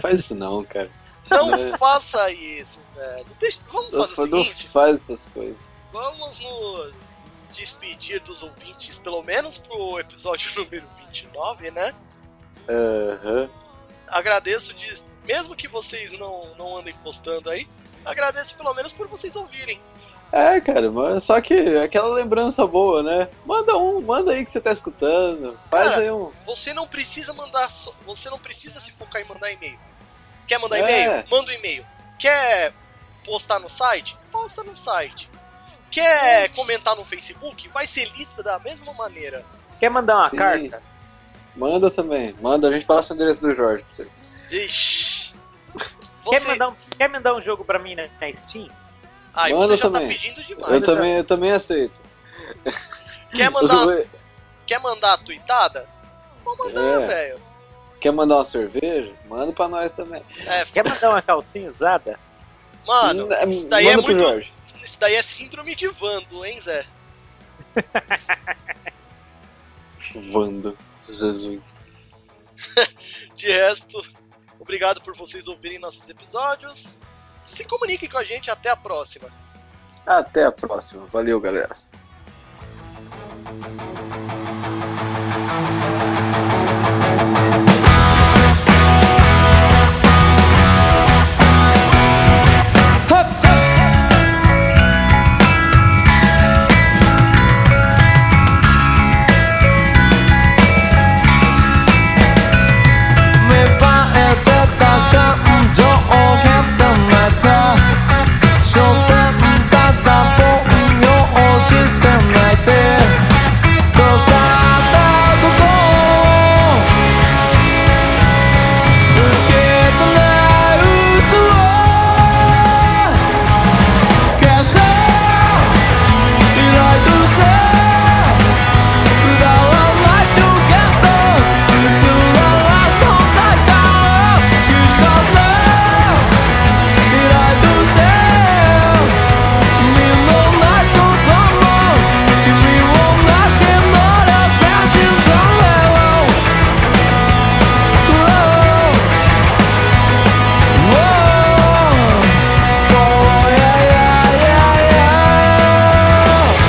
Speaker 2: Faz isso não, cara.
Speaker 1: Não faça isso, velho. Deixa- vamos
Speaker 2: Não
Speaker 1: fazer o
Speaker 2: fa- não
Speaker 1: seguinte:
Speaker 2: faz essas coisas.
Speaker 1: vamos nos despedir dos ouvintes, pelo menos pro episódio número 29, né?
Speaker 2: Aham.
Speaker 1: Agradeço de. Mesmo que vocês não, não andem postando aí, agradeço pelo menos por vocês ouvirem.
Speaker 2: É, cara, mas só que é aquela lembrança boa, né? Manda um, manda aí que você tá escutando. Faz
Speaker 1: Cara,
Speaker 2: aí um.
Speaker 1: Você não precisa mandar. só- Você não precisa se focar em mandar e-mail. Quer mandar
Speaker 2: É.
Speaker 1: e-mail? Manda um e-mail. Quer postar no site? Posta no site. Quer comentar no Facebook? Vai ser lido da mesma maneira.
Speaker 5: Quer mandar uma
Speaker 2: Sim.
Speaker 5: carta?
Speaker 2: Manda também. Manda, a gente passa o endereço do Jorge pra vocês.
Speaker 1: Ixi.
Speaker 5: Quer,
Speaker 1: Você...
Speaker 5: mandar um, quer mandar um jogo pra mim na, na Steam?
Speaker 1: Aí
Speaker 2: Manda
Speaker 1: você já tá
Speaker 2: também.
Speaker 1: pedindo
Speaker 2: eu,
Speaker 1: demais.
Speaker 5: tá-
Speaker 2: também, eu também aceito.
Speaker 1: Quer mandar,
Speaker 2: Você-
Speaker 1: quer mandar a tuitada? Vou mandar,
Speaker 2: É.
Speaker 1: velho.
Speaker 2: Quer mandar uma cerveja? Manda pra nós também.
Speaker 1: É, f-
Speaker 5: Quer mandar uma calcinha usada?
Speaker 1: mano,
Speaker 2: Manda-
Speaker 1: isso daí é
Speaker 2: Hum, manda pro
Speaker 1: muito.
Speaker 2: Jorge.
Speaker 1: Isso daí é síndrome de Vando, hein, Zé?
Speaker 2: Vando. Jesus.
Speaker 1: De resto, obrigado por vocês ouvirem nossos episódios. Se comuniquem com a gente, até a próxima.
Speaker 2: Até a próxima. Valeu, galera.
Speaker 4: 芽生えてた感情を蹴止めて所詮ただ凡庸して泣いてとさったここぶつけたない嘘を消せ依頼としてくだらない中間層薄らそうだから許したぜ依頼として身のない外も君を助けもらった瞬間を Oh yeah yeah yeah yeah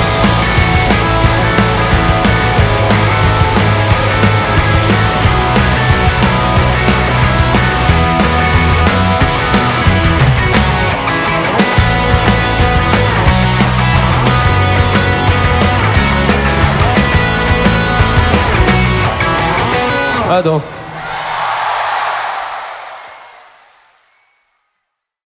Speaker 4: I don't